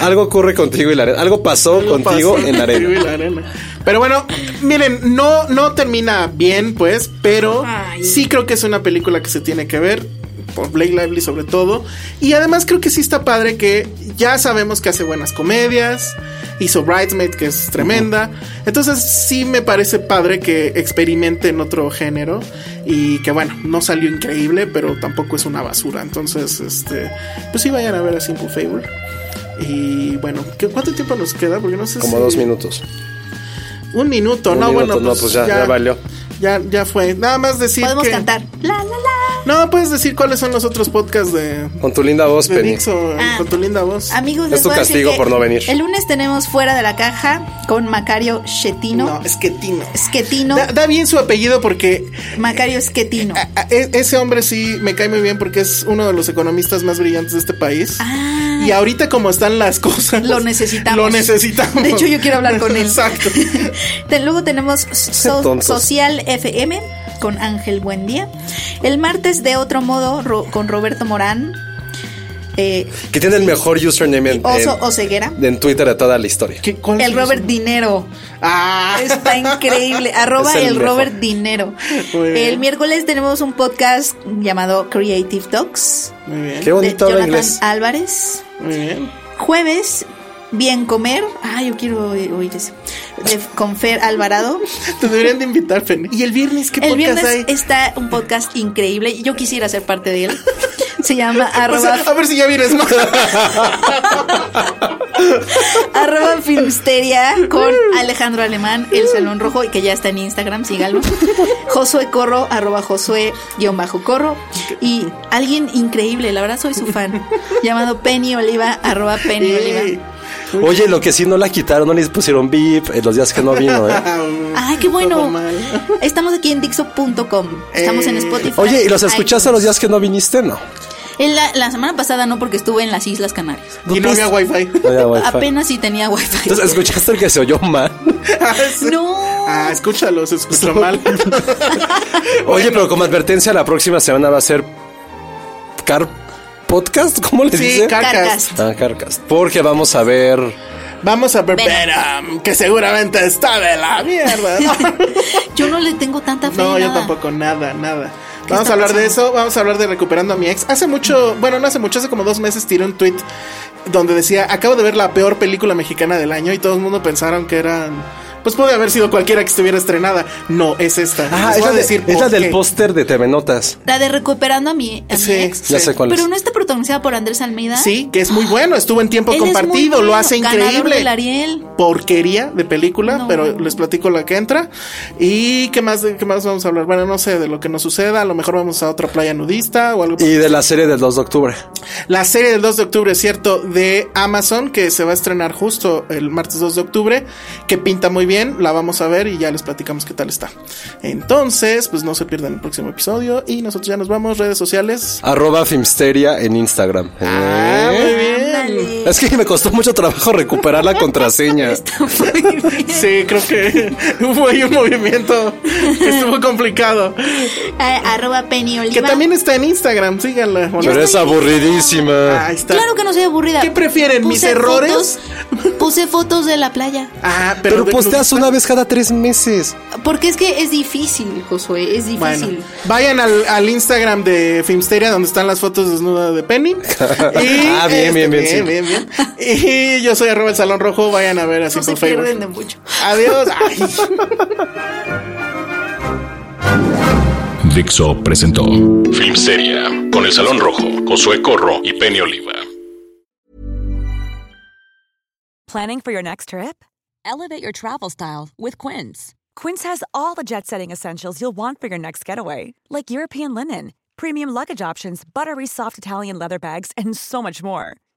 Algo ocurre contigo y la arena. Algo pasó contigo
Pasa
en la arena.
(laughs) contigo y la arena. Pero bueno, miren, no, no termina bien, pues, pero
Ay.
sí creo que es una película que se tiene que ver. Por Blake Lively sobre todo. Y además creo que sí está padre que ya sabemos que hace buenas comedias. Hizo Bridesmaid, que es tremenda. Entonces sí me parece padre que experimente en otro género. Y que bueno, no salió increíble, pero tampoco es una basura. Entonces, este, pues sí vayan a ver a Simple Favor. Y bueno, ¿qué- ¿cuánto tiempo nos queda? Porque no sé
Como
si-
dos minutos.
un minuto,
Un
no,
minuto,
bueno,
no,
pues,
pues ya- ya valió.
Ya, ya fue. Nada más decir.
Podemos
que-
cantar. La, la, la.
No, puedes decir cuáles son los otros podcasts de,
Con tu linda voz,
de
Penny.
Dixo eh,
Ah.
con tu linda voz.
Amigos,
Es
les
tu
voy a decir
castigo
que
por no venir.
El lunes tenemos Fuera de la Caja con Macario Chetino.
No, es que Tino.
Esquetino.
Da, da bien su apellido porque
Macario Esquetino.
a- a- e- ese hombre sí me cae muy bien porque es uno de los economistas más brillantes de este país.
Ah.
Y ahorita como están las cosas.
Lo necesitamos.
Lo necesitamos.
De hecho, yo quiero hablar con él. (laughs)
Exacto. eh.
Te- Luego tenemos So-
(laughs) Tontos.
Social FM con Ángel Buendía. El martes, de otro modo, Ro- con Roberto Morán. Eh,
Que tiene el mejor username en,
Oso
en-
o Ceguera.
en Twitter de toda la historia.
¿Qué- cuál
El
es?
Robert Dinero.
Ah. (laughs)
Está increíble. Arroba
Es el
el,
mejor.
Robert Dinero.
Muy bien.
El miércoles tenemos un podcast llamado Creative Talks.
Muy bien.
Qué
de
bonito habla
Jonathan
inglés.
Álvarez.
Muy bien.
Jueves, Bien Comer. Ah, yo quiero oír oír ese. De, con Fer Alvarado.
Te deberían de invitar, Penny. ¿Y el viernes (laughs) qué
El
podcast
viernes
hay?
está un podcast increíble. y Yo quisiera ser parte
(laughs)
de él. Se llama
O sea,
arroba,
a ver si ya vienes más.
arroba Filmsteria con Alejandro Alemán, El Salón Rojo, y que ya está en Instagram, sígalo. Josué Corro, arroba Josué guión bajo Corro. Y alguien increíble, la verdad soy su fan, llamado Penny Oliva, arroba Penny Oliva.
Oye, lo que sí no la quitaron, no les pusieron VIP en los días que no vino,
(laughs)
¿eh?
Ah, mm.
Ay, qué bueno. Estamos aquí en Dixo.com. Estamos en
Eh,
Spotify.
Oye, ¿y los escuchaste los días que no viniste? No.
En La, la semana pasada no, porque estuve en las Islas Canarias.
Y no había wifi.
No había wifi.
Apenas si tenía wifi.
Entonces, ¿escuchaste el que se oyó mal?
no.
Ah, escúchalo, se escucha mal.
Oye, pero como advertencia, la próxima semana va a ser Car Podcast, ¿cómo les
Sí,
dice?
Car-
Carcas.
Ah, Carcast. Porque vamos a ver.
Vamos a ver
Venom.
Venom, que seguramente está de la mierda.
(laughs) Yo no le tengo tanta fe.
No,
ni
yo
nada.
tampoco, nada, nada. Vamos
está
a hablar de
pasando?
eso, vamos a hablar de recuperando a mi ex. Hace mucho, bueno, no hace mucho, hace como dos meses tiré un tweet donde decía, acabo de ver la peor película mexicana del año y todo el mundo pensaron que eran... Pues puede haber sido cualquiera que estuviera estrenada. No, es esta.
Ah,
Les
Ah, es
voy
la,
a
de-
decir
es
por
la del
qué.
póster de TV Notas.
La de recuperando a mi, a mi
Sí,
ex.
Ya sé cuál
Pero
es.
no está protagonizada por Andrés Almeida.
Sí, que es muy bueno, estuvo en tiempo
Ah. Él es muy
compartido,
bueno,
lo hace
ganador
increíble.
del Ariel.
porquería de película,
No.
pero les platico la que entra. ¿Y qué más, de, qué más vamos a hablar? Bueno, no sé, de lo que nos suceda, a lo mejor vamos a otra playa nudista o algo.
Y de la serie del 2 de octubre.
La serie del 2 de octubre, cierto, de Amazon, que se va a estrenar justo el martes 2 de octubre, que pinta muy bien, la vamos a ver y ya les platicamos qué tal está. Entonces, pues no se pierdan el próximo episodio y nosotros ya nos vamos, redes sociales.
Arroba Filmsteria en Instagram. Eh.
Ah, muy bien.
Eh,
(laughs)
Ándale.
Es que me costó mucho trabajo recuperar (laughs) la contraseña.
Muy bien.
Sí, creo que (laughs) hubo ahí un movimiento que estuvo complicado.
Eh, arroba Penny Oliva.
Que también está en Instagram, síganla. Bueno,
Pero es aburridísima.
ahí está.
Claro que no soy aburrida.
¿Qué prefieren, mis errores?
fotos- puse fotos de la playa.
Ah, pero,
Pero
de-
posteas una vez cada tres meses.
Porque es que es difícil, Josué. Es
Bueno,
difícil.
vayan al, al Instagram de Filmsteria donde están las fotos desnudas
(laughs)
de Penny. Y, este,
Ah, bien, bien, bien, sí.
bien, bien. Y yo soy arroba el Salón Rojo, vayan a ver así
No se
por favor.
pierden de mucho.
Adiós. Ay.
(laughs)
Dixo presentó Filmsteria con El Salón Rojo, Josué Corro y Penny Oliva.
Planning for your next trip? Elevate your travel style with Quince. Quince has all the jet setting essentials you'll want for your next getaway, like European linen, premium luggage options, buttery soft Italian leather bags, and so much more.